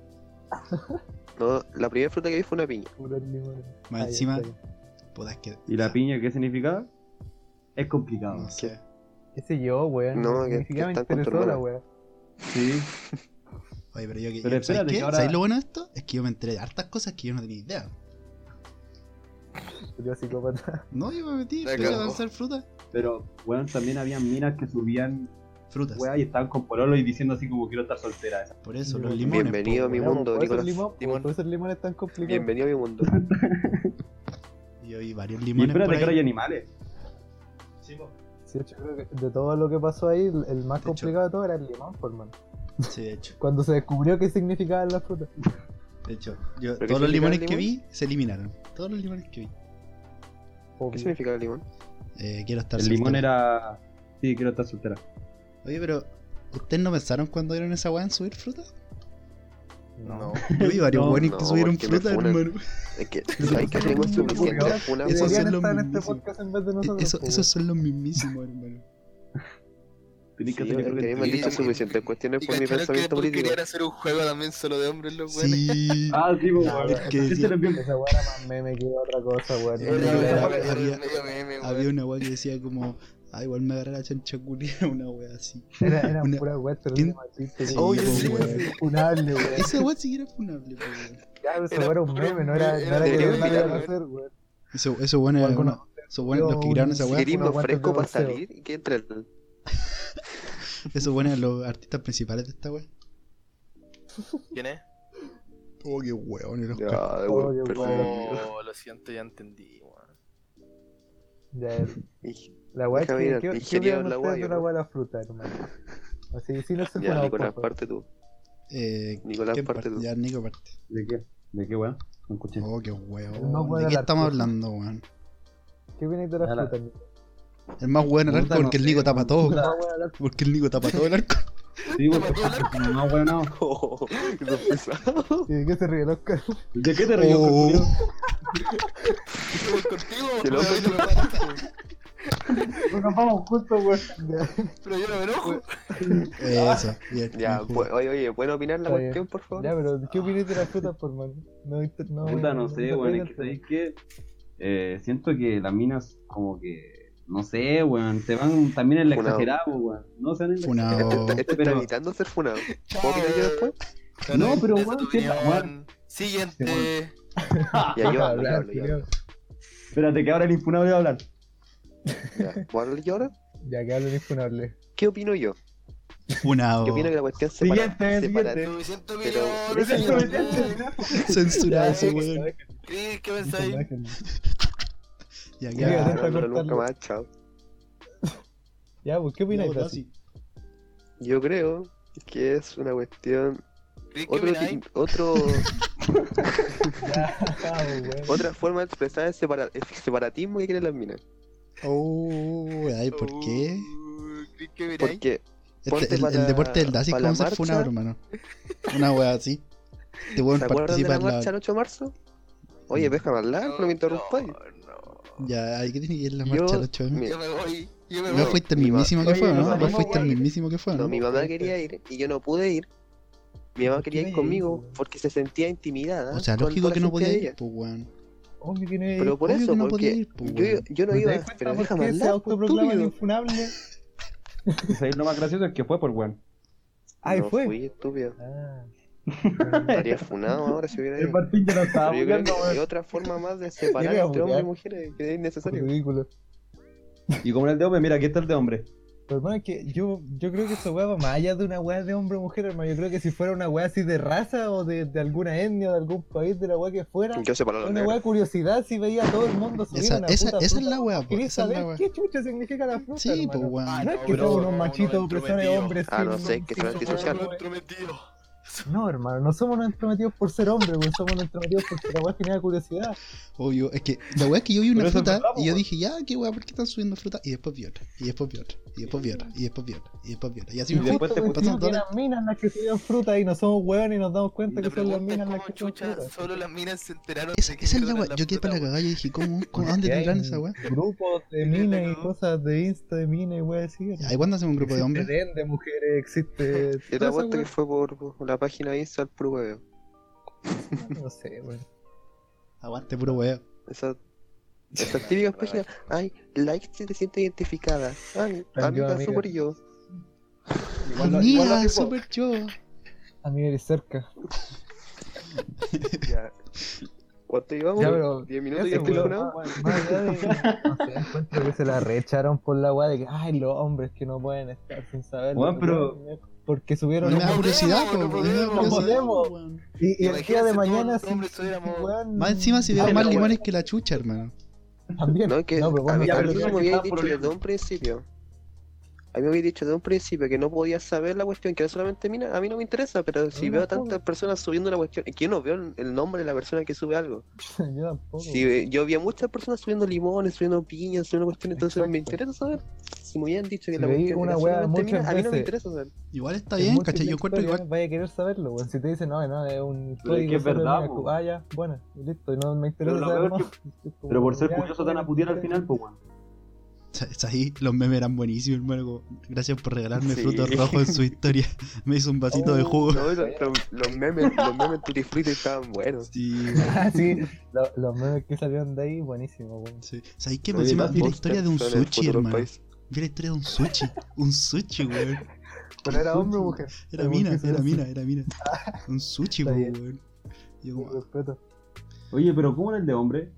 E: No, la primera fruta que vi fue una piña.
C: puros limones.
B: Más
C: Ahí
B: encima,
C: está.
B: puta, es que.
F: ¿Y la piña qué significaba? Es complicado.
B: No sé.
C: ¿Qué sé yo, weón?
E: No,
C: Ni
E: que- que
C: siquiera me
E: están
C: interesó
E: controladas.
C: la weón.
F: Sí.
B: Oye, pero yo que.
F: Pero
B: ¿sabes
F: espérate,
B: qué?
F: que ahora-
B: ¿Sabes lo bueno de esto? Es que yo me enteré de hartas cosas que yo no tenía idea.
C: Yo psicópata.
B: No, yo me metí,
A: La
B: empecé a
A: cagó.
B: avanzar fruta.
F: Pero, weón, también había minas que subían,
B: Frutas.
F: weón, y estaban con pololo y diciendo así como quiero estar soltera. Esa-
B: Por eso, los
C: Bien-
B: limones.
E: bienvenido
B: po,
E: a mi
B: weón.
E: mundo.
C: por eso el
E: Nicolás.
C: limón,
E: Limón.
C: por eso el limón es tan complicado.
E: Bienvenido a mi mundo.
B: Yo vi varios
F: Y
B: limones.
F: espérate
B: por
F: que ahora
B: ahí.
F: hay animales.
C: Sí, yo creo que de todo lo que pasó ahí, el- el más
B: De hecho.
C: complicado de todo era el limón, por mano.
B: Sí, de hecho.
C: Cuando se descubrió qué significaban las frutas.
B: De hecho, yo,
E: ¿Pero qué
B: todos los
E: significa
B: limones
E: el
B: que vi se eliminaron. Todos los limones que vi.
E: ¿Qué
C: Obvio.
E: significa el limón?
B: Eh, quiero estar
F: El limón
B: soltero.
F: era. Sí, quiero estar soltera.
B: Oye, pero ¿ustedes no pensaron cuando vieron esa weá en subir
F: [laughs]
B: fruta?
A: No.
B: Yo vi varios
F: No,
B: weones
E: no,
B: que subieron
E: porque me
B: fruta,
E: funan.
B: hermano.
E: Es que, ¿sabes que tengo suficiente funa,
B: Eso sí.
C: Deberían
E: weón?
B: es lo
C: estar en este
B: mismísimo.
C: podcast en vez de
B: Eh,
C: nosotros. pues,
B: eso-
C: po,
B: esos son los mismísimos,
E: [laughs]
B: hermano.
F: Tenés que
E: Sí,
F: tener
E: es que a mí me han dicho
A: Y-
E: suficientes cuestiones
A: Y
E: por mi
A: cacharon que
E: pensamiento
A: después
E: político.
A: querían hacer un juego también solo de hombres los weones.
B: Sí.
E: [laughs]
F: Ah, sí, pues,
C: No,
F: weón.
B: es que
F: Sí,
B: decía-
F: eran
C: weón.
F: bien-
C: Esa weá era más meme que otra cosa, weón.
A: Era-
B: Había-
A: era-
C: Era-
A: era
B: había-
A: medio meme, weón.
B: Había una weá que decía como, ah, igual me agarré la chancha culia, [laughs] una weá así.
C: Era era
B: una-
C: pura weá, pero
B: ¿Quién?
C: no machiste.
B: Sí,
A: Oye,
B: po,
A: sí,
B: weón.
A: sí.
C: Funable, weón.
B: Esa weá sí que era funable, po, weón.
C: Ya, pero esa
A: Era
C: weá era Ah, un
A: pura-
C: meme, no era
A: era-
C: no era que
E: era-
C: verdad iban a
A: era-
C: hacer, weón.
B: Eso, eso bueno,
C: Bueno,
B: bueno, eso bueno,
C: yo
B: los que crearon esa
C: un-
B: weá,
E: Querís
C: Unos
E: más
C: guantes
E: fresco
C: de
E: para
C: boxeo.
E: salir y que entre el...
B: eso bueno, los artistas principales de esta weá.
A: ¿Quién es?
B: Oh, qué weón, el Oscar.
E: Ya,
C: Oh,
E: weón,
C: qué
E: perdón, amigo.
A: Oh, lo siento, ya entendí,
E: [laughs]
A: weón.
C: Ya,
E: Y-
C: La weá es
E: Déjame ir
C: que.
E: al
C: ¿Qué qué
E: ingeniero
C: opinan
E: en la
C: ustedes
E: weá,
C: de la
E: yo
C: weá de la fruta, hermano? Así, sin hacer
E: Ya,
C: funado,
E: Nicolás,
C: por favor.
E: parte tú. [laughs]
B: Eh,
E: Nicolás,
B: ¿qué
E: parte
B: parte?
E: tú.
B: Ya, Nico, parte.
F: ¿De qué? ¿De qué, weón? No escuché.
B: Oh, qué weón.
C: No,
B: ¿De
C: bueno,
B: qué
C: el
B: estamos
C: artista.
B: hablando, weón?
C: ¿Qué opináis de la
F: Ya la-
C: fruta, amigo?
B: El más weón era el
F: Puta,
B: arco
F: no
B: porque el
F: sé.
B: Nico tapa todo.
F: Puta.
C: No, weá, la-
B: [laughs] Porque el Nico tapa todo el arco.
F: [laughs] Sí, pues, weón. No, no, weón, no.
E: Oh, eso es pesado.
C: ¿Y ¿De qué se ríe el [laughs] Oscar?
F: ¿De qué te ríes,
B: Oh,
F: Julio?
A: Voy contigo,
E: Que lo
A: weón,
E: otro-
A: no me pasa,
F: Nos vamos juntos, weón.
C: Ya.
A: pero yo no me enojo.
F: [laughs]
B: Eso, bien.
E: Ya,
B: bien
E: pues,
B: jugado.
E: oye, oye, ¿pueden opinar la
C: Está bien.
E: cuestión, por favor?
C: Ya, pero ¿qué opináis de las frutas, por mano? No, inter- no,
F: Puta, no sé,
C: no
F: weón.
C: te
F: Es que
C: pegas,
F: sabéis que. eh, siento que las minas, como que. No sé, weón. Se van también en la
E: Funado.
F: exagerada, weón. No se van en la
B: Funado.
F: exagerada,
E: Este
F: pero-
E: está evitando ser funado. ¿Puedo opinar yo después?
F: No, pero,
A: Esa es
F: weón,
A: tu
F: ¿qué tal, weón?
A: opinión. Siguiente.
F: Ah,
E: Ya, yo
C: weón. [laughs]
E: hablo, yo hablo, yo hablo.
F: Espérate, que ahora el infunable va a hablar.
E: Ya, ¿Puedo hablar yo ahora?
C: Ya, que hablen infunable.
E: ¿Qué opino yo?
B: Funado.
E: Yo opino que la cuestión se para-
F: Siguiente,
E: se para-
F: siguiente.
A: Me siento
E: Pero-
A: millón, señor.
E: [laughs]
B: Censurado ese
A: Ya,
B: weón.
A: ¿Qué qué pensáis?
B: Ya,
E: Ya,
C: Mira,
B: ya.
C: deja
E: no hablo nunca
C: cortarlo.
E: más, chao.
C: Ya, pues, ¿qué
B: Oh,
C: opináis de así?
E: Yo creo que es una cuestión...
A: ¿Crees que
E: Otro,
A: opináis?
E: ti- otro, [laughs]
C: [laughs] Ya, pues, weón.
E: otra forma de expresar el, separa- el separatismo que quieren las minas.
B: Oh, ay, ¿por qué? Este,
A: Uy, ¿Crees que opináis?
E: Porque
B: El-
E: Uh, Ponte
B: el, el
E: para-
B: deporte del Daci es
E: para la
B: como ser
E: marcha.
B: funado, hermano. Una wea así. Este weón
E: ¿Se acuerdan de
B: participa
E: la
B: en la.
E: marcha del 8 de marzo? Oye, déjame
B: Ah,
E: hablar, no me interrumpáis.
A: Oh, No, no.
B: Ya, ¿qué tiene que ir la
E: Yo-
B: marcha del 8 de
E: mira,
A: Yo me voy, yo me
B: No
A: voy.
B: fuiste el
E: mi
B: mismísimo que
F: Oye,
B: fue,
F: nos
B: ¿no? No
F: salimos,
B: fuiste el
F: weón.
B: mismísimo que fue,
E: No,
B: ¿no?
E: mi mamá quería ir y yo no pude ir. Mi mamá quería ir conmigo porque se sentía intimidada.
B: O sea,
E: con-
B: lógico
E: con la
B: que no
E: gente
B: podía
E: de
B: ir,
E: ella.
B: pues weón.
C: Obvio que no es.
E: Pero [laughs] por
B: obvio
E: eso,
B: que no podía
E: porque
B: ir, pues,
E: yo,
B: weón.
E: yo no
C: ¿Te
E: iba.
C: das cuenta
E: Pero
C: por qué
E: déjame
C: se
E: hablar, pues,
C: autoproclama
E: estúpido.
C: infunable?
E: [laughs]
F: Y sabéis lo más gracioso es que fue por weón.
C: Ahí
E: No
C: fue.
E: [laughs] fui, estúpido.
C: Ah.
E: Estaría funado ahora si hubiera
C: [laughs]
E: ido.
F: Martín ya no estaba
E: Pero yo creo que hay otra forma más de separar
C: Llega a
E: entre hombres y
C: buguear.
E: mujeres que es innecesario.
C: Ridículo.
F: Y como era el de hombre, mira, aquí está el de hombre.
C: Pero hermano, es que yo, yo creo que esa weá va más allá de una weá de hombre o mujer, hermano. Yo creo que si fuera una weá así de raza o de, de alguna etnia o de algún país, de la weá que fuera,
E: Yo separo a los
C: una weá
E: negros.
C: de curiosidad si veía a todo el mundo subir
B: Esa,
C: una
B: esa,
C: puta
B: esa es
C: fruta.
B: la wea, pues.
C: ¿Querés
B: Esa es la
C: saber
B: wea.
C: qué chucha significa la fruta,
B: Sí, pues
C: hermano?
A: Ah,
B: weón.
C: No es
A: no,
C: que
A: pero
C: somos
A: somos
C: unos machitos
A: unos
C: opresores
A: entrometidos.
C: hombres.
E: Ah, no
C: sin-
E: sé, que
C: sin
E: son antisocial.
C: soporte, weón.
A: entrometido.
C: No, hermano, no somos unos entrometidos por ser hombres, weón, somos unos entrometidos porque la weá genera curiosidad.
B: Obvio, es que la wea es que yo vi una
F: Pero eso es
B: fruta
F: verdad, po,
B: y yo
F: weón.
B: dije, ya, qué wea, ¿por qué están subiendo fruta? Y después vi otra, y después vi otra, y después vi otra, y después vi otra, y después vi otra. Y así
F: Y
B: me fui,
F: después te
C: Justo
B: pasando
C: coincidimos que
B: toda la-
C: eran minas las que subían fruta y no somos hueones y nos damos cuenta
A: Y
C: que
A: te
C: son las
A: preguntas
C: minas las
A: cómo
C: que suben
A: chucha
C: fruta.
A: solo las minas se enteraron
B: Esa,
A: de que
B: esa es la
A: eran
B: wea.
A: las
B: Yo quedé para la
A: putas,
B: cagada y dije, ¿cómo, cómo,
C: Porque
B: ¿a dónde
C: hay
B: tendrán esa wea?
C: Grupos de
A: Depende,
C: minas y
A: ¿no?
C: cosas de Insta de minas y weas así.
B: ¿Ahí cuándo hacemos un grupo
C: [laughs]
B: de hombres?
C: Existe den de mujeres,
E: [laughs]
C: existe.
E: Yo te
C: toda esa
E: apuesto
C: wea.
E: que fue por por la página de Insta al puro hueveo.
C: No sé, weón.
B: Aguante, puro wea.
E: Esa- Esas
C: [laughs]
E: típicas páginas. Ay, like si te sientes identificada. Ay,
C: Prendió,
E: amiga,
C: amiga.
E: super
C: [laughs]
E: yo.
F: Igual lo- igual lo
B: Mira,
F: tipo-
B: super yo.
C: A mí eres cerca.
E: Ya. ¿Cuánto llevamos?
C: Ya, pero- Eso,
E: ¿Diez minutos y ya estoy
C: weón,
E: funado?
C: más más allá de, no sé, encuentro que se la recharon por la weá de que, ay, los hombres que no pueden estar sin saberlo.
F: Weón, pero-
C: eh, Porque
B: No
C: subieron...
B: me
A: no
B: da
A: podemos,
B: curiosidad,
A: no
B: po, weón, me da
A: podemos,
C: no
B: curiosidad,
C: podemos.
B: weón.
C: Y, y el día
A: Imagínate
C: de
A: todos
C: mañana
A: los
C: sí,
A: hombres tuviéramos-
C: weón,
B: Más encima si veo
F: Ay,
B: más
F: no,
B: limones que la chucha, hermano.
C: También.
E: No, es que
C: No, pero vos
E: a
C: no
E: mí, a
C: sabes
E: mí
C: lo que
E: me había
F: está
E: dicho
F: por
E: desde un principio. A mí me había dicho desde un principio que no podía saber la cuestión, que era solamente mina. A mí no me interesa, pero si
C: No,
E: veo a
C: no,
E: tantas personas subiendo una cuestión, es que yo no veo el, el nombre de la persona que sube algo.
C: [laughs] Yo tampoco.
E: Si
C: weón.
E: ve- yo vi a muchas personas subiendo limones, subiendo piñas, subiendo cuestiones, entonces
C: Exacto.
E: me interesa saber. Si me hubieran dicho que
C: Si
E: la
C: veí
E: cuestión
C: una
E: era
C: wea
E: solamente
C: muchas
E: mina, a mí no me
C: veces.
E: interesa saber.
B: Igual está
C: En
B: bien,
C: múltiples
B: ¿cachai? Yo encuentro que
C: historias
B: igual.
C: Vaya a querer saberlo, weón. Si te dicen, no, no, es un
F: Pero es que es
C: solo de
F: verdad,
C: una
F: po.
C: cu- Ah, ya, bueno, y listo, y no me
F: Pero,
C: interesa
F: la
C: saber
F: peor
C: más.
F: que-
C: [laughs] Es como,
F: pero por ser
C: ya,
F: curioso te van a putear al final, pues, weón.
B: Es Ahí los memes eran buenísimos, hermano. como, Gracias por regalarme
E: Sí.
B: frutos rojos en su historia. [laughs] Me hizo un vasito de
C: [laughs]
B: jugo.
E: No, los, los- los memes, los memes Tutti Frutti estaban buenos.
B: Sí, weón,
C: [laughs] Ah, sí, lo- los memes que salieron de ahí, buenísimo, weón.
B: sí. ¿Sabéis qué?
E: Oye,
B: Encima
E: las
B: vi la
E: postas
B: historia de un
E: son el
B: sushi,
E: futuro del
B: hermano.
E: país.
B: Vi la historia de un sushi. Un sushi, weón.
C: Pero era hombre o mujer.
B: Era
C: Algún
B: mina,
C: que se
B: era
C: hace.
B: mina, era
E: [laughs]
B: mina. Un sushi, po,
C: Está bien.
B: weón. Yo
C: Con
B: como,
C: respeto.
F: Oye, pero ¿cómo era el de hombre?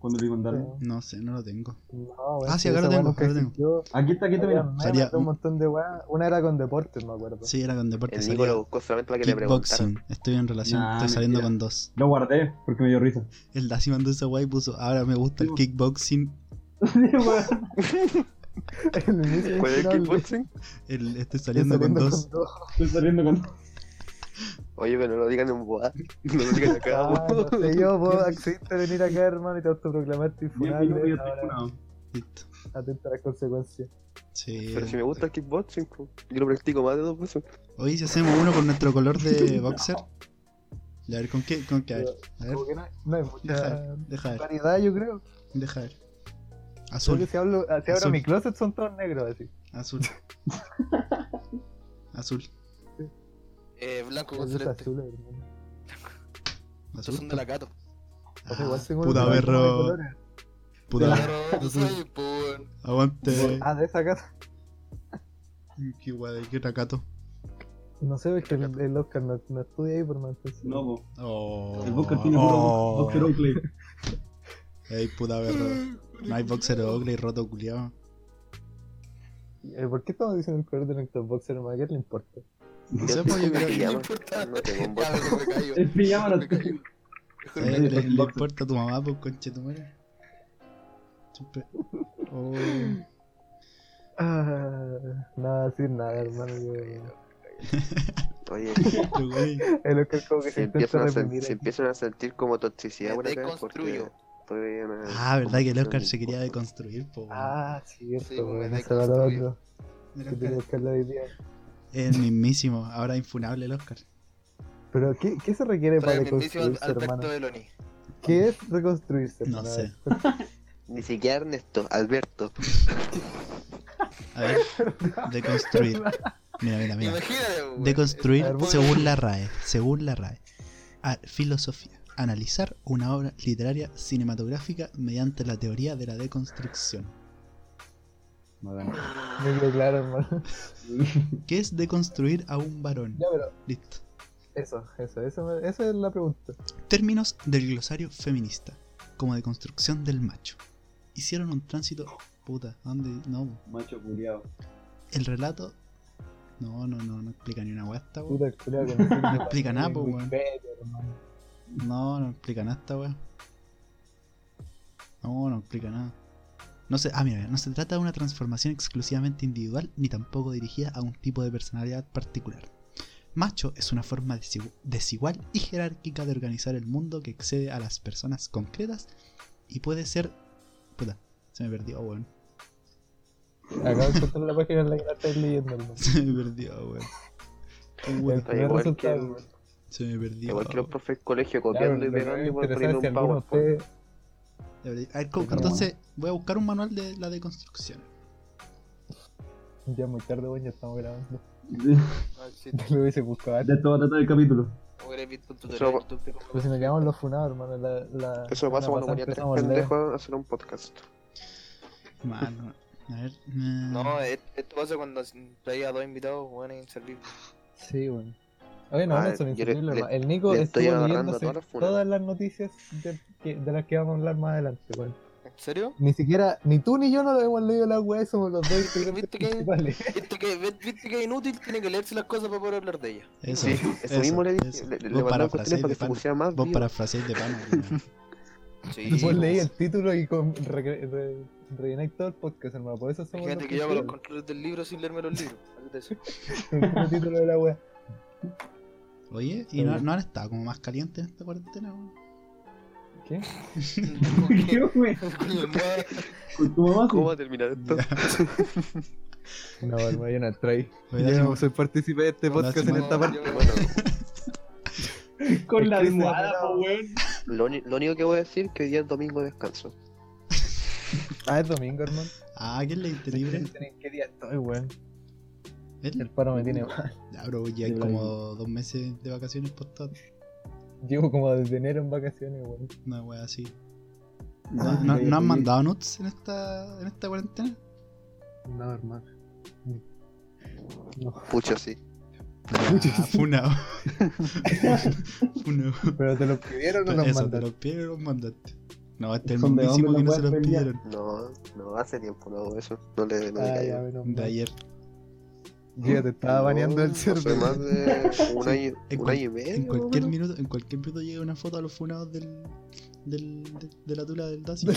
F: Cuando lo mandaron.
C: No,
B: no sé, no lo tengo.
C: weón,
B: Ah, sí,
C: si
B: acá lo
C: esa weá
B: tengo,
C: nunca
B: acá lo tengo.
C: existió.
F: Aquí está, aquí está,
C: Había
F: mira.
C: memes
B: Salía-
C: de un montón de weá. Una era con deportes, me acuerdo.
F: [laughs]
B: Sí, era con deporte.
E: El
B: salía
E: Nico lo buscó solamente para que le preguntaran.
B: Kickboxing. Estoy en relación,
F: Nah,
B: estoy saliendo
F: mentira.
B: con dos.
F: Lo guardé porque me dio risa. [laughs]
B: El Daci mandó esa guay y puso, ahora me gusta el
F: Sí,
B: kickboxing.
F: Weón.
C: El inicio
E: ¿Cuál es el
C: original,
E: kickboxing?
B: El, estoy saliendo con dos.
F: Estoy saliendo con.
E: Oye, pero no lo digan
B: [laughs]
E: en boda. No lo digan acá.
C: Ah, no sé,
F: [laughs]
C: yo vos accediste a venir acá, hermano, y te autoproclamaste
F: Diez minutos
C: infunable.
F: y ya estoy
C: Ahora,
F: funado.
B: Listo.
C: Atenta a las consecuencias.
B: Sí.
E: Pero si me gusta el kickboxing, po. yo lo practico más de dos veces.
B: Hoy si hacemos uno con nuestro color
C: [laughs]
B: de boxer. A ver, ¿con qué? ¿Con qué? A ver, a ver,
C: Como que no, no hay
B: Deja
C: mucha
B: deja ver,
C: variedad, yo creo.
B: deja ver.
C: Creo que
B: Azul,
C: si, hablo, ah, si abro
B: Azul.
C: mi closet son todos negros así. [laughs]
B: azul. Azul,
A: Eh, blanco con
C: Eso es
F: este.
A: celeste.
C: azul, hermano.
A: Estos
B: azul.
A: son de la gato.
C: O sea, igual
B: Ah,
C: tengo
B: puta
C: un- de
B: berro,
C: colores.
B: puta,
C: [laughs]
A: Pero no soy, po, weón.
B: aguante.
C: Ah, de esa casa.
B: Qué guay, qué racato.
C: No sé, es que el, el Oscar no, no estudia ahí por mantenerse.
F: No, po.
B: Oh,
F: El Boca tiene
B: oh.
F: puro Boxer Oakley.
B: Ey, puta berro. No hay boxer Oakley roto culiado.
C: Eh, ¿Por qué estamos diciendo el color de nuestro boxer, hermano? ¿Qué le importa?
B: No sé, pues yo creo que.
E: Ya,
A: No
E: man.
A: importa.
E: No tengo
A: Ya,
E: un botón.
A: mejor me
C: [laughs]
A: callo.
F: Es pijama
A: Mejor me
F: la
A: callo.
F: chica.
A: Mejor me
B: Eh,
A: callo.
B: le, le importa a tu mamá, pues conche tu madre. Siempre.
C: [laughs]
B: Oh.
C: Ah, no decir nada, hermano. yo-
B: [laughs]
E: Oye,
B: Este güey.
C: El Oscar como que
E: se
C: se intenta
E: empiezan, a sen-
C: reprimir.
E: se empiezan a sentir como toxicidad
A: Me
E: por acá. Porque
A: deconstruyo.
E: todavía no-
B: Ah, verdad que el Oscar se quería deconstruir, po. weón.
C: Ah, cierto,
A: Sí,
C: weón,
A: como me
C: ese era lo
A: deconstruye.
C: otro.
B: El
C: Que tiene
B: Oscar
C: que hacerlo hoy día.
B: es el mismísimo, ahora infunable el Oscar.
C: Pero, ¿qué, qué se requiere
A: Trae
C: para
A: el mismísimo
C: reconstruirse, Este hermano?
A: Alberto de Loni.
C: ¿Qué es reconstruirse?
B: No
C: hermano?
B: sé.
E: Ni siquiera Ernesto, Alberto.
B: A ver, deconstruir. Mira, mira, mira.
A: Imagínate, weón.
B: Deconstruir
A: Es-
B: según la RAE. Según la RAE. Ah, filosofía. Analizar una obra literaria cinematográfica mediante la teoría de la deconstrucción.
C: Me quedó claro, hermano. [laughs]
B: ¿Qué es deconstruir a un varón?
C: Ya, pero
B: Listo.
C: eso, eso, eso, esa es la pregunta.
B: Términos del glosario feminista, como deconstrucción del macho. Hicieron un tránsito. Puta, ¿a ¿dónde? No.
F: Macho culiao.
B: El relato. No, no, no, no explica ni una hueá esta weá.
C: Puta el culiao que
B: [laughs]
C: no sirve para
B: explica nada, po,
C: en
B: weón.
C: Wikipedia, hermano.
B: No, no explica nada esta weá. No, no explica nada. No se, ah, mira, no se trata de una transformación exclusivamente individual ni tampoco dirigida a un tipo de personalidad particular. Macho es una forma desigu- desigual y jerárquica de organizar el mundo que excede a las personas concretas y puede ser. Puta, se me perdió, weón. [laughs]
C: Acabo de encontrar la página en la que la estáis leyendo, hermano.
B: Se me perdió, weón. Qué
C: El
B: weón,
E: Está igual
C: resultado,
E: que el-
C: weón.
B: Se me perdió.
E: Igual que los profes del
C: Ya,
E: colegio
C: pero
E: copiando y
C: lo que
E: pegando
C: me
E: y
C: interesa
E: poniendo
C: es si
E: un
C: alguno de
E: PowerPoint.
C: ustedes-
B: A ver, co- entonces voy a buscar un manual de la deconstrucción.
C: Ya muy tarde, weón, ya estamos grabando. [laughs]
F: De
A: Ah, sí,
C: Lo hubiese buscado antes.
F: esto va a tratar el [laughs] capítulo.
A: hubiera visto un tutorial en YouTube de cómo-
C: Pero Pues si nos quedamos los funados, hermano, la, la...
E: Eso pasa cuando ponía tres pendejos a hacer un podcast.
B: Mano, a ver. eh,
A: No, et- esto pasa cuando traía a dos invitados, weón, en
C: Sí, bueno. Oye, no,
E: Ah,
C: no son
E: yo le-
C: inservibles,
E: le-
C: hermano. El Nico
E: le estoy
C: estuvo
E: agarrando
C: leyéndose
E: todas las funas.
C: todas las noticias de, que- de las que vamos a hablar más adelante, weón.
A: ¿En serio?
C: Ni siquiera, ni tú ni yo no lo hemos leído la weá, somos
E: [laughs]
C: los dos integrantes
A: ¿Viste que-
C: principales.
A: ¿Viste que, viste que es inútil? Tiene que leerse las cosas para poder hablar de ellas.
B: Eso,
E: Sí, eso, mismo le dije.
B: eso.
E: Le, le
B: Vos parafraseáis
E: mandaron cuestiones
B: de
E: para que se
B: pana.
E: pusiera más
B: Vos
E: vivo.
B: parafraseáis de pana.
C: [laughs]
B: weón.
A: Sí.
E: pues.
C: Vos
B: Sí.
C: leí el título y con, re- re- rellenáis todo el podcast, hermano. Por eso somos
A: Imagínate
C: los
A: que yo hago los
C: principales. [laughs]
A: controles del libro sin leerme los libros. [laughs] Imagínate eso.
C: El mismo título de la wea.
B: Oye, ¿y no, no han estado como más calientes en esta cuarentena? weón?
C: ¿Qué?
A: Coño, madre.
F: Con tu mamá,
E: ¿Cómo va a terminar esto?
C: No, hermano, yo no estoy.
B: Oye,
C: Yo
B: lástima-
C: no soy partícipe de este
B: No,
C: podcast en
B: lástima-
C: esta parte.
A: Yo-
E: Bueno,
C: Es
F: con la
C: que se
F: almohada,
C: ha
F: po,
C: parado.
F: weón.
E: lo, uni- lo único que voy a decir es que hoy día es domingo de descanso.
C: Ah, es domingo, hermano.
B: Ah, ¿quién le diste libre?
C: ¿En qué día estoy, weón? El
B: ¿Él?
C: paro me tiene mal. [laughs]
B: Ya, bro, ya hay
C: Sí,
B: como dos meses de vacaciones postadas.
C: Llevo como desde enero en vacaciones, weón.
B: Una wea así. ¿No,
C: Ah,
B: no-
C: eh,
B: no han mandado nuts en esta, en esta
C: [laughs]
B: cuarentena?
C: No, hermano. No,
E: Pucha, sí.
B: Ah, funao.
C: [laughs]
B: funao.
C: pero te lo pidieron o los
B: Eso, te
C: mandaron.
B: los pidieron los mandaste. No, este es el
F: Son de
B: mismísimo
F: hombre
B: que no
F: las
B: se los
F: weas peleadas.
B: pidieron.
E: No, no, hace tiempo no hago eso. No le, no le
C: Ah, ya,
E: caigo.
C: menos
B: De
C: mal.
B: ayer.
C: Yo ya te estaba
E: No,
C: baneando el
E: no
C: server. [laughs]
E: Hace
B: [laughs]
E: más de un
B: Sí,
E: año,
B: en
E: un
B: cual-
E: año y medio.
B: En
E: más o
B: cualquier
E: menos.
B: minuto, en cualquier minuto llega una foto a los funados del. del. de, de la tula del Dacio.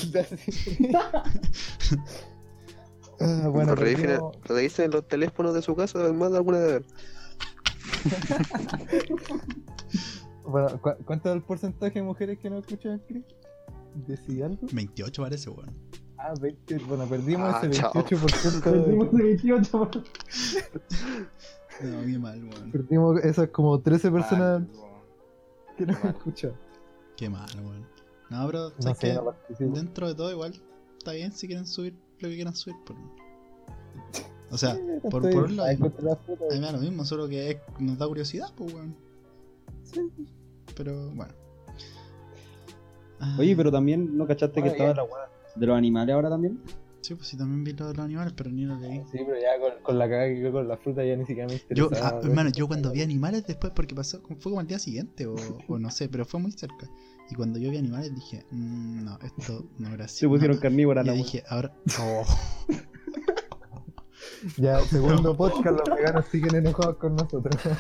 C: Ah, bueno,
E: lo, revisen,
C: pero
E: lo revisen en los teléfonos de su casa, más de alguna vez.
C: yo- bueno, ¿cu- ¿cuánto es el porcentaje de mujeres que no escuchan el clip? ¿Decí algo?
B: 28 parece, weón.
C: Ah, 20, bueno, perdimos
E: Ah,
C: ese
E: chao.
C: 28%. de-
F: Perdimos el 28, weón.
B: No, qué mal, weón.
C: Perdimos esas como 13 personas
A: Mal, weón.
C: que no
A: mal.
C: escuchan.
B: Qué mal, weón. No, bro, ¿sabes
C: No sé,
B: qué?
C: no participo.
B: dentro de todo igual está bien si quieren subir lo que quieran subir por o sea a
C: Sí,
B: por-
C: estoy-
B: por un lado.
C: ahí encontré la foto.
B: mí me da lo mismo solo que es- nos da curiosidad pues weón
C: Sí.
B: pero bueno Ah,
F: Oye, pero también, ¿no cachaste que
C: Ah,
F: estaba
C: ya.
F: la weá de los animales ahora también?
B: sí pues sí también vi lo de los animales pero ni lo leí
C: Sí, pero ya con, con la cagada que quedó con la fruta ya ni siquiera me
B: yo ah,
C: interesaba. ver.
B: hermano yo cuando vi animales después porque pasó fue como el día siguiente o, o no sé pero fue muy cerca y cuando yo vi animales dije "Mm, no esto no gracias
F: Se pusieron
B: no".
F: carnívoras,
B: yo
F: la weá.
B: dije ahora
C: Ya,
B: [laughs]
C: segundo podcast, los veganos siguen enojados con nosotros. [laughs]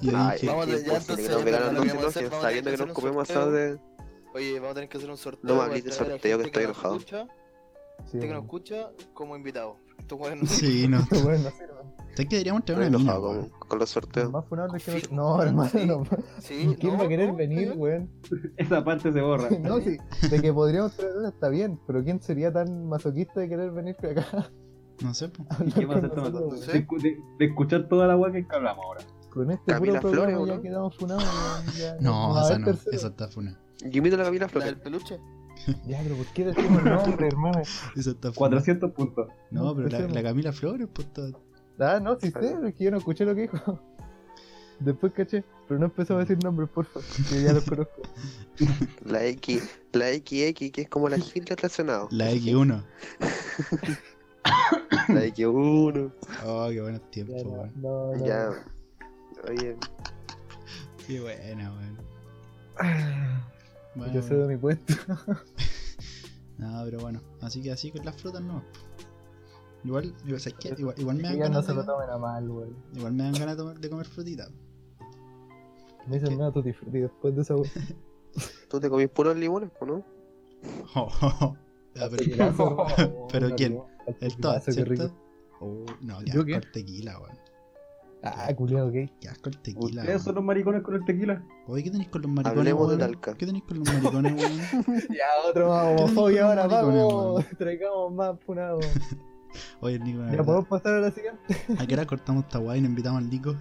B: y yo
E: [laughs] Ay,
B: dije
A: Vamos a- ya,
E: imposible,
A: entonces,
E: los
A: ya,
E: veganos
A: lo
E: no
A: que
E: se
A: vamos a hacer,
E: enojen,
A: vamos a
E: sabiendo que
A: hacer
E: no
A: un
E: comemos
A: sorteo.
E: asado de...
A: Oye, vamos a tener que hacer un sorteo.
E: No me
A: para
E: hables del
A: traer a
E: sorteo,
A: gente
E: que estoy
A: nos
E: enojado.
A: escucha-
C: Sí,
A: Gente que
C: bueno.
A: nos escucha como invitado. Estos weones no
B: sí no
C: Estos weones no sirven.
B: sé que deberíamos
E: Estoy
B: traer una mina
E: enojado con,
B: weón.
E: con los sorteos.
C: Los más funables que
A: Confirmo.
C: no. No, hermano,
A: Sí.
C: no.
A: Sí,
C: [laughs] ¿Quién
A: no,
C: va a querer
A: no,
C: venir, weón?
F: Esa parte se [laughs] borra.
C: No, sí. De que podríamos traer una está bien, pero ¿quién sería tan masoquista de querer venir para acá?
B: no sé pues.
F: ¿Y qué pasa [laughs]
C: Con
F: esto?
C: nosotros,
F: De, escu- de- de escuchar toda la weá que hablamos ahora.
C: Con este
E: Camila
C: puro programa
E: Flores, ¿o
C: ya
E: no?
C: quedamos funados, weón. ya-
B: no
C: va a
B: esa
C: haber
B: no
C: tercero.
B: esa está funa
E: Yo invito a la Camila
A: La
E: Flores.
A: del peluche.
C: Ya, pero ¿por qué decimos el nombre, hermano?
B: Esa está funa.
F: 400 puntos.
B: No, pero la,
C: Empecemos.
B: la Camila Flores, pues está-
C: Ah, no, sí sé, pero es que yo no escuché lo que dijo. [laughs] Después caché, pero no empezó a decir nombres, por favor, que ya los conozco.
E: La X, la XX, que es
B: [laughs]
E: como la Hitler relacionado.
B: la X1.
E: La X1.
B: Oh, qué buenos
C: Ya,
B: tiempos,
C: no,
B: weón.
C: no, no.
E: Ya. Oye,
B: Qué buena, weón. Bueno,
C: Ah,
B: bueno.
C: Yo cedo mi puesto.
B: No, pero bueno. Así que así con las frutas no. Igual, igual, ¿sabes qué? Igual- igual me dan
C: Ya no
B: ganas
C: se lo
B: de,
C: tomen a mal, güey.
B: igual me dan ganas de tomar- de comer frutita.
C: Me dicen nada tutti frutti después de esa wea.
E: tú te comís puros limones, ¿o no?
B: [laughs] Oh, oh, oh. Ya,
C: [laughs]
B: pero, pero ¿quién? el todo,
C: Qué
B: ¿cierto?
C: rico.
B: Oh, no, qué
C: ¿Yo
B: asco
C: qué?
B: el tequila, weón.
C: Ah, culiado gay.
B: Qué asco el tequila,
F: Ustedes son
B: weón.
F: los maricones con el [laughs] tequila.
B: Oye, ¿qué tenéis con los maricones,
E: Hablemos de
B: weón?
E: Talca.
B: ¿Qué tenéis con los maricones,
C: [laughs]
B: weón?
C: Ya, otro más
B: homofobia
C: homofobia
B: ahora,
C: ahora, vamos.
B: vamos.
C: [laughs] Traigamos más punado.
B: Oye, Nico, la
C: ¿Ya
B: verdad,
C: podemos pasar a la siguiente?
B: ¿a qué hora cortamos esta guay y nos invitamos al Nico?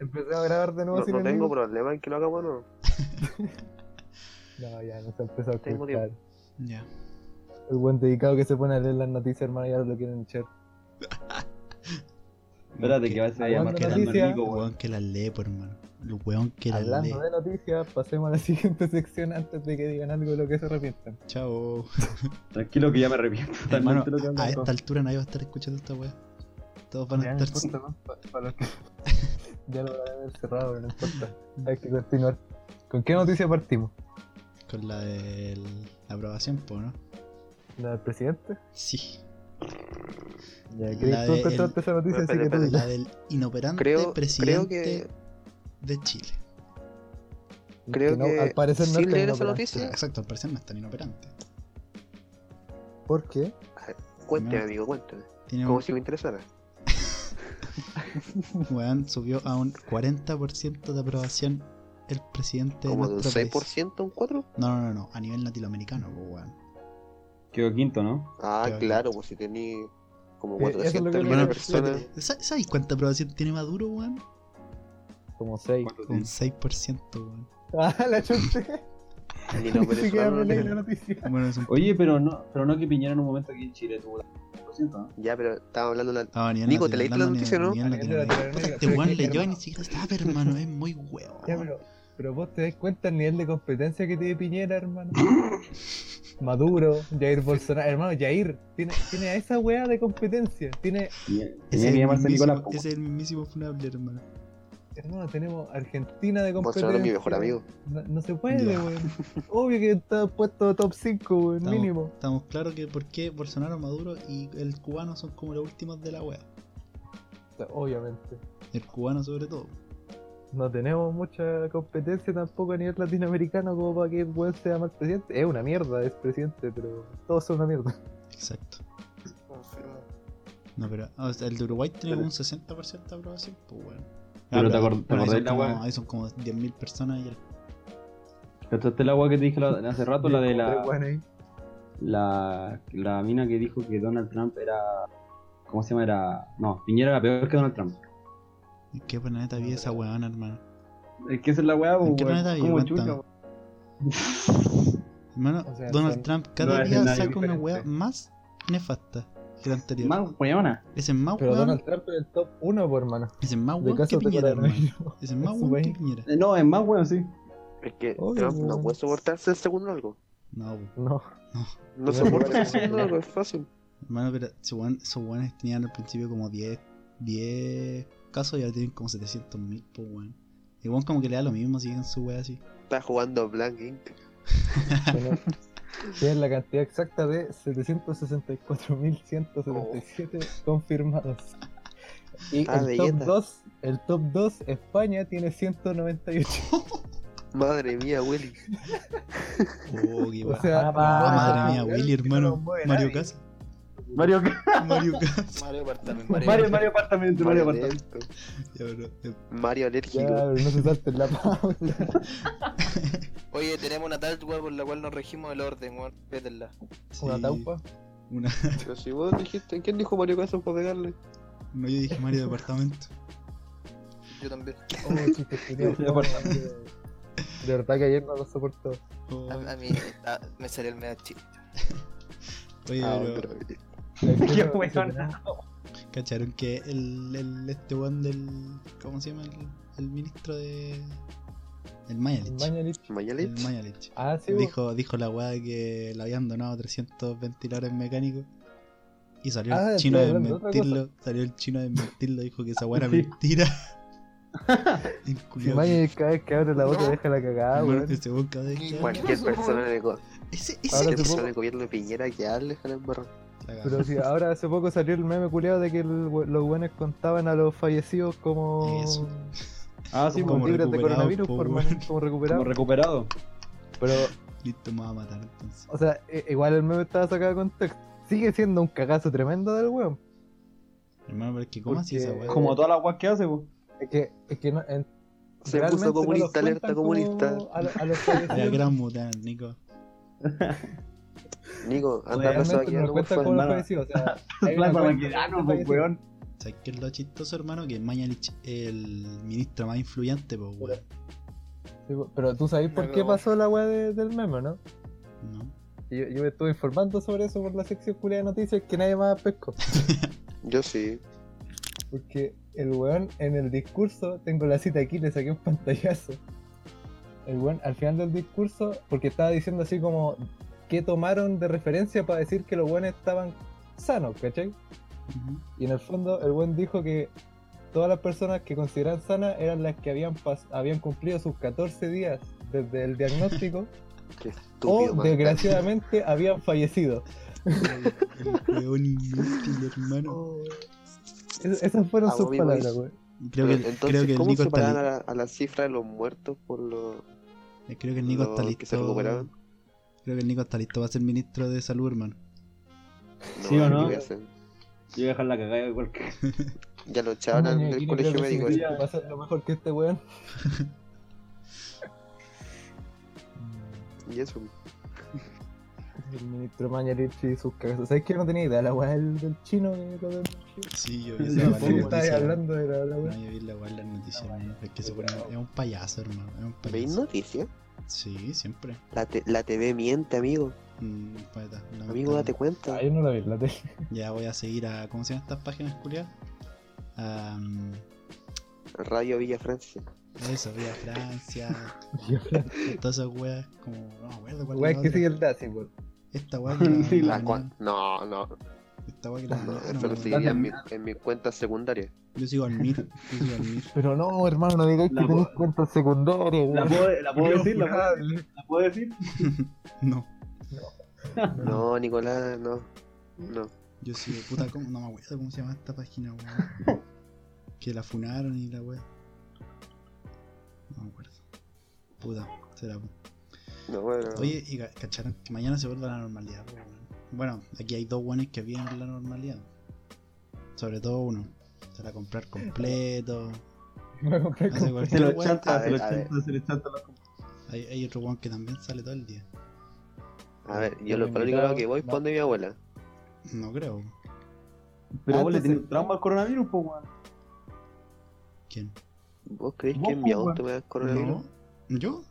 C: Empecé a grabar de nuevo
E: No,
C: sin
E: no
C: el
E: tengo
C: Nico.
E: problema en que lo hagamos, no.
C: No, ya, no se empezó a
E: Tengo
C: culpar.
B: Ya.
C: El buen dedicado que se pone a leer las noticias, hermano, ya lo quieren echar.
F: Espérate, que va a ser llamar
C: Hablando de
F: Fernando
C: noticias.
F: Nico,
B: El
F: weón.
B: weón que las lee, por hermano. El weón que las lee.
C: Hablando de noticias, pasemos a la [laughs] siguiente sección antes de que digan algo de lo que se arrepientan.
B: Chao.
F: Tranquilo que ya me arrepiento.
B: Hermano,
F: totalmente lo que
B: a
F: hablamos.
B: esta altura nadie va a estar escuchando esta weá. Todos van a
C: Ya,
B: estar.
F: Para los que
C: [laughs] Ya lo voy a haber cerrado, pero no importa. Hay que continuar. ¿Con qué noticia partimos?
B: Con la de la aprobación, po, ¿no?
C: ¿La del presidente?
B: Sí.
C: Ya,
B: La
C: que tú
B: de-
C: encontraste esa noticia, así
E: Espera,
C: que tú
E: espera,
B: La del inoperante
A: Creo,
B: presidente
A: creo que.
B: de Chile.
A: Creo
C: no,
A: que
C: al parecer no
A: sin
C: está
A: leer esa
C: inoperante.
B: Ah,
A: noticia,
B: Exacto, al parecer no es tan inoperante.
C: ¿Por qué?
A: cuénteme,
B: No.
A: amigo, cuénteme.
B: Tiene
A: Como
B: un
A: si me interesara.
B: weón, subió a un 40% de aprobación el presidente de
A: Como de un
B: nuestro país.
A: 6% a un 4%.
B: No, no, no, no, a nivel latinoamericano, po, weón.
F: Quedó quinto, ¿no?
A: Ah,
B: Claro.
A: claro, pues si tenía como
C: Eh, eso es lo
A: 400
C: que
A: millones de
C: me-
A: personas.
B: ¿Sa- ¿Sabes cuánta aprobación tiene Maduro, weón?
C: Como 6.
F: ¿Cuánto
B: Un
F: tiene?
B: 6%, weón.
C: [laughs] Ah, la chunté.
A: Ni los
C: [laughs] Ni siquiera me
A: venezolanos.
C: leí la
A: tienen.
C: noticia.
B: Bueno, es un...
F: Oye, pero no, pero no que Piñera en un momento aquí en Chile tuvo la 100%, ¿no?
A: [laughs] Ya, pero estaba hablando la.
B: Ah, a nivel
A: Nico, ¿te leíste la noticia,
B: latinoamericano,
A: no?
B: a nivel
C: A nivel
B: latinoamericano. Puta,
C: latinoamericano,
B: este
C: pero
B: weón
C: es que-
B: leyó y ni siquiera estaba, hermano. Es muy huevo.
C: Ya, pero, pero vos te das cuenta el nivel de competencia que tiene
A: [laughs]
C: Piñera, hermano. Maduro, Jair Bolsonaro. Hermano, Jair tiene, tiene a esa wea de competencia. Tiene,
F: Tenía
B: Ese
F: tenía
B: es,
F: que
B: el
F: llamarse Nicolás.
B: mismísimo,
F: po,
B: ese es el mismísimo funable, hermano.
C: hermano, tenemos Argentina de competencia.
A: Bolsonaro es mi mejor amigo.
C: No, no se puede,
B: Ya.
C: weón. Obvio que está puesto top 5, weón,
B: Estamos-
C: mínimo.
B: Estamos claros que por qué Bolsonaro, Maduro y el cubano son como los últimos de la wea.
C: Obviamente.
B: El cubano sobre todo.
C: No tenemos mucha competencia tampoco a nivel latinoamericano como para que el weón sea mal presidente. Es una mierda, es presidente, pero todos son una mierda.
B: Exacto. No, pero o sea, el de Uruguay tiene como un 60% de aprobación. Pues bueno.
F: Pero te acor- te
B: bueno, ahí
F: acordás
B: son
F: la
B: como-
F: wea.
B: Ahí son como 10.000 personas y el
F: po. ¿Cachaste el agua que te dije la- hace rato? La de
C: Tres
F: la,
C: weones ahí.
F: la, la mina que dijo que Donald Trump era. ¿Cómo se llama? Era. No, Piñera era peor que Donald Trump.
B: ¿En qué planeta vive esa weón, hermano?
F: Es que esa es la weá,
B: ¿En
F: weón.
B: qué planeta vive?
F: ¿Cómo
B: Cuéntame.
F: chucha, weón?
B: Hermano,
C: O sea,
B: Donald
C: son
B: Trump cada
F: dos
B: día
F: escenarios
B: saca una
F: diferentes.
B: weá más nefasta que la anterior.
F: Más weona.
B: Ese es más
C: Pero
B: weón.
C: Donald Trump es el top 1, por hermano.
B: Ese es más
C: De
B: weón que
C: caso de
B: Piñera, hermano.
C: coronavirus.
B: Ese es más
C: Ese
B: weón que
C: weón.
B: Piñera.
F: Eh, No, es más weón, sí.
A: Es que
C: Obvio,
A: Trump no
C: weón.
A: puede soportarse el segundo algo.
B: No, weón.
C: [laughs] No.
A: No
C: Weón,
A: soporta
C: weón.
A: el
C: [laughs]
A: segundo algo, es fácil.
B: hermano, pero esos weón- esos weones tenían al principio como 10, 10 casos y ahora tienen como 700.000 mil, pues weón. Y weón como que le da lo mismo, siguen su weá así.
A: Está jugando Blank Inc.
C: Tiene- Tiene la cantidad exacta de 764.177 confirmados. Y
A: Ah,
C: el top,
A: belleza.
C: 2, el top 2, España, tiene 198.
A: Madre mía,
C: [laughs]
A: Willy.
B: Oh, qué
C: O
B: weá.
C: sea,
B: Ah,
F: Ah,
B: madre mía,
C: weón,
B: Willy,
C: que no lo
B: hermano.
C: mueve
B: Mario
C: nadie.
B: Casa. [laughs]
F: Mario,
B: Mario Casa.
A: Mario Apartamento.
F: Mario, Mario Apartamento, Mario Apartamento.
A: Alérgico.
B: Ya, pero, eh,
A: Mario
C: Ya,
A: Alérgico.
C: pero no se salten la pausa.
A: Oye, tenemos una taupa por la cual nos regimos el orden, weón. Pétenla.
B: [laughs]
C: Una
B: sí.
C: taupa.
B: Una...
A: Pero si vos dijiste, ¿quién dijo Mario Casas para pegarle?
B: No, yo dije Mario Departamento.
A: Yo también.
C: Oh,
B: [laughs]
C: chicos, culiao,
F: De verdad.
C: no, de- De verdad que ayer no
B: [laughs]
C: lo soportó.
B: Oh,
A: A, a mí a- me salió el medio chip.
B: oye,
A: Ah,
B: pero,
A: pero-
F: Qué
C: Qué
F: weona.
B: ¿cacharon que el, el este weón del. ¿Cómo se llama? El, el ministro de. El Mayalich. El
A: Mayalich.
B: Mayalich.
C: Ah, sí, vos.
B: Dijo, dijo la weá de que le habían donado 300 ventiladores mecánicos. Y salió
C: Ah,
B: el chino a
C: estoy hablando de otra
B: desmentirlo. Salió el chino a desmentirlo. Dijo que esa weá era
C: [laughs]
F: Sí.
B: mentira. El
C: Si
B: culiao que-
C: Mañalich cada vez que abre la boca
A: No.
C: deja la cagada,
B: hermano,
C: weón.
B: ese weón cada vez que habla-
C: [laughs]
A: Cualquier persona en el, go-
B: Ese, ese
C: Ahora
A: cualquier
C: te
A: persona
C: puedo-
A: en el gobierno de Piñera que hable, jala en barro.
B: La cagó.
C: Pero si ahora hace poco salió el meme culeado de que el we- los buenos contaban a los fallecidos como,
B: Eso.
F: Ah, sí,
B: Como
C: como libres de
B: recuperados,
C: coronavirus,
B: po,
C: por
B: weón.
C: hermano, como recuperados.
F: Como recuperado.
C: Pero,
B: Listo, me va a matar entonces.
C: o sea, e- igual el meme estaba sacado de contexto. Sigue siendo un cagazo tremendo del weón.
B: Hermano, pero es que ¿cómo así esa
C: Porque-
B: weá?
F: Como todas las weas que hace, po.
C: Es que, es que no, en-
A: Se
C: realmente
A: puso
C: no los
A: comunista, alerta
C: cuentan como
A: comunista.
C: A, lo-
B: [laughs]
C: a los
B: Ya
C: fallecidos.
B: gran mutar, Nico.
A: Nico, anda
F: Realmente
A: a
C: Realmente no
A: vaqueando,
C: lo
A: por
C: cuentan como
A: favor.
C: los
F: hermano.
C: fallecidos.
A: [laughs]
C: O sea, hay una
F: Plaza
C: cuenta
F: Maquedano,
C: de
F: po,
C: fallecidos.
F: weón.
B: ¿Sabes qué es lo chistoso, hermano? Que Mañalich es el ministro más influyente, pues, weón.
C: Sí, po, Pero tú sabes por
A: Me
C: qué
A: cagó.
C: pasó la weá de- del meme, ¿no?
B: ¿No?
C: Yo, yo me estuve informando sobre eso por la sección culia de noticias que nadie más pescó.
A: Yo sí.
C: Porque el weón en el discurso, tengo la cita aquí, le saqué un pantallazo. El weón al final del discurso, porque estaba diciendo así como, ¿qué tomaron de referencia para decir que los weones estaban sanos, cachai?
B: Ujú.
C: Y en el fondo, el buen dijo que todas las personas que consideran sanas eran las que habían, pas- habían cumplido sus 14 días desde el diagnóstico
E: Qué
C: o,
E: estúpido, man.
C: desgraciadamente, habían fallecido.
B: El weón inútil, hermano.
C: Es- esas fueron
E: Ah,
C: sus
E: Bobby
C: palabras,
E: Boys.
C: güey.
B: Creo que,
E: Entonces,
B: creo que el
E: ¿cómo
B: Nico
E: separaban
B: está,
E: a la, a la cifra de los muertos por los,
B: li- eh, creo que el Nico está
E: los que se
B: listo.
E: recuperaban?
B: Creo que el Nico está listo. Va a ser ministro de salud, hermano.
F: ¿Sí o
E: ¿qué
F: no?
E: voy a hacer?
F: Yo voy a dejar la cagada igual que.
E: Ya lo echaban
C: Coño,
E: al- del
C: Kiri,
E: colegio
C: creo que
E: médico.
C: sí,
E: ya.
C: Va a ser lo mejor que este weón.
E: Y eso.
C: [laughs] El ministro Mañalich y sus cagas. ¿Sabes que no tenía idea la weá del, del chino? Que lo
B: Sí, yo vi
C: [laughs] que
B: esa
C: lo
B: weá en
C: que
B: las noticias, weón.
C: estabas hablando de la, la
B: No,
C: weá.
B: yo vi la weá en las noticias, hermano. Es que se pone. Es un payaso, hermano. Es un
E: ¿Veis
B: payaso.
E: noticias?
B: Sí, siempre.
E: La, te- la TV miente, amigo.
B: Mm, poeta, no me
E: Amigo,
B: está-
E: date cuenta.
C: Ah, yo no la vi, la tele.
B: Ya voy a seguir a. ¿Cómo se llaman estas páginas, culiadas? A. mm,
E: Radio Villa Francia.
B: eso, Vía
C: [laughs]
B: Francia. [laughs] Todas esas weas. Como. No me acuerdo cuál
C: Weá,
B: es la
C: que
B: otra.
C: sigue el Dazi, weón.
B: Esta wea
E: [laughs]
B: que
F: Sí,
B: la
E: La cua- No, no,
B: Esta wea que
E: no,
B: la
E: eso lo seguiría en, mi, en mi cuenta secundaria.
B: Yo sigo al Mir. Yo sigo al Mir.
C: Pero no, hermano, no digáis
F: La
C: que tenéis
F: po-
C: cuentas secundarias,
F: ¿La
C: weón.
F: puedo, la puedo decir? ¿La puedo, la puedo decir?
B: No.
E: No, Nicolás, no. No.
B: Yo sigo. Puta, ¿cómo? no me acuerdo cómo se llama esta página, weón. Que la funaron y la wea. No me acuerdo. Puta, será.
E: No, bueno. no.
B: Oye, y ca- cacharon que mañana se vuelve a la normalidad, po, weón. Bueno, aquí hay dos buenos que viven en la normalidad. Sobre todo uno. Se la comprar completo.
C: Me voy a comprar [laughs]
B: Hace
C: con-
F: Se
B: cualquier
F: lo
B: weón.
F: chanta, se lo
E: A ver, a
F: chanta, se lo chanta. la-
B: Hay, hay otro weón que también sale todo el día.
E: A ver, yo
C: Los
E: lo, para lo único lado que
C: invitados,
E: voy es
C: no.
E: para donde mi abuela.
B: No creo.
F: Pero
C: Ah,
F: vos le
C: entonces-
F: tenés un trauma al coronavirus, pues, weón.
B: ¿Quién?
E: ¿Vos creéis
F: Vos,
E: que en mi
F: pues,
E: auto me das coronavirus?
B: ¿No? ¿Yo?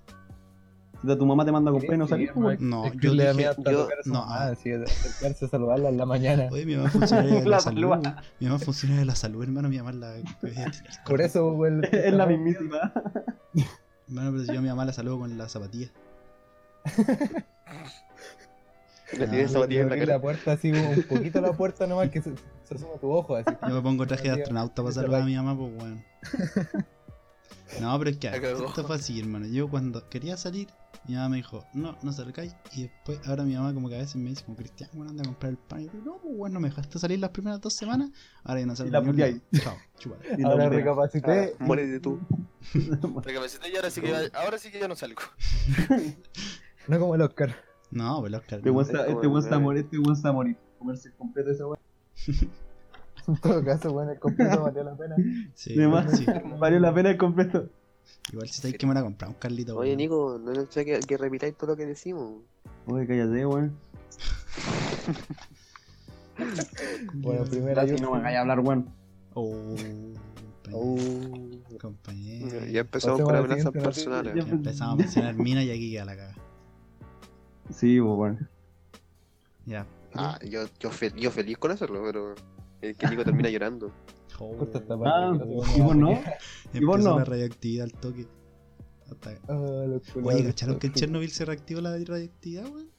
F: Si a tu mamá te manda a comprar y no salís, pues, weón.
B: No,
C: Es que
B: yo
C: le da
B: dije-
C: miedo hasta
E: yo-
C: tocar a su
B: no.
C: mamá, así, de acercarse a saludarla en
B: [laughs]
C: la mañana.
B: Oye, mi mamá funcionaria de la
F: La
B: salud.
F: paloma.
B: weón. Mi mamá funcionaria de la salud, hermano. Mi mamá la.
C: [laughs] Por eso, weón.
F: Es la mismísima.
B: Hermano, pero si yo a mi mamá la saludo con la zapatilla.
E: Le tienes
B: Ah,
E: zapatillas en la
C: Abrir
E: cara.
C: la puerta así, un poquito la puerta nomás que se, se asoma tu ojo así.
B: Yo me pongo traje de astronauta para
C: Esa
B: salvar a
C: va-
B: mi mamá, pues
C: [laughs]
B: weón. No, pero es que
A: La cagó.
B: esto fue así, hermano. Yo cuando quería salir, mi mamá me dijo, no, no salgáis. Y después, ahora mi mamá como que a veces me dice, como Cristian, bueno, anda a comprar el pan. Y yo, no, pues weón, no me dejaste salir las primeras dos semanas. Ahora ya no salgo.
F: la
B: a ningún
F: puteáis.
B: lado. Chao, chúpala.
F: Y la
C: Ahora
F: botella.
C: recapacité.
E: Ah, Muérete tú.
A: Recapacité y ahora sí que ahora sí que ya no salgo.
C: No como el Oscar. [laughs]
B: No, pues, pero Oscar.
F: Este
B: no.
F: weón está-
E: Es como
F: este weón está
E: el-
F: mor- este weón está morir. Comerse completo esa weón.
C: En todo caso, bueno, el completo valió la pena.
B: Sí,
F: De
B: igual,
F: más.
B: sí.
F: Valió la pena el completo.
B: Igual si estáis que me van a comprar un Carlito.
E: Oye,
B: weón.
E: Nico, no es que, que repitáis todo lo que decimos.
F: Oye, cállate, weón.
C: Bueno, primera
F: Casi
C: yo.
F: no me vaya a hablar, weón.
B: Oh,
C: Uh,
B: compañero. compañero.
E: Oh. Ya
C: Pasemos
E: empezamos con
C: a la
E: amenazas
C: siguiente noticia.
E: personales.
F: Pues,
B: Ya empezamos a
F: [laughs]
B: mencionar mina y aquí queda la caga.
F: Sí, pues, weón.
B: Ya.
E: Ah, yo, yo, fe- yo feliz con hacerlo, pero es que Nico termina llorando.
B: Oh.
C: corta esta parte.
F: Ah,
C: que no se
F: y vos
C: ponga
F: no.
C: así.
B: Empezó
F: vos no?
B: la radioactividad al toque. Hasta-
C: Ah, los culiados.
B: Oye, ¿cacharon que en Chernobyl se reactivó la radioactividad, weón?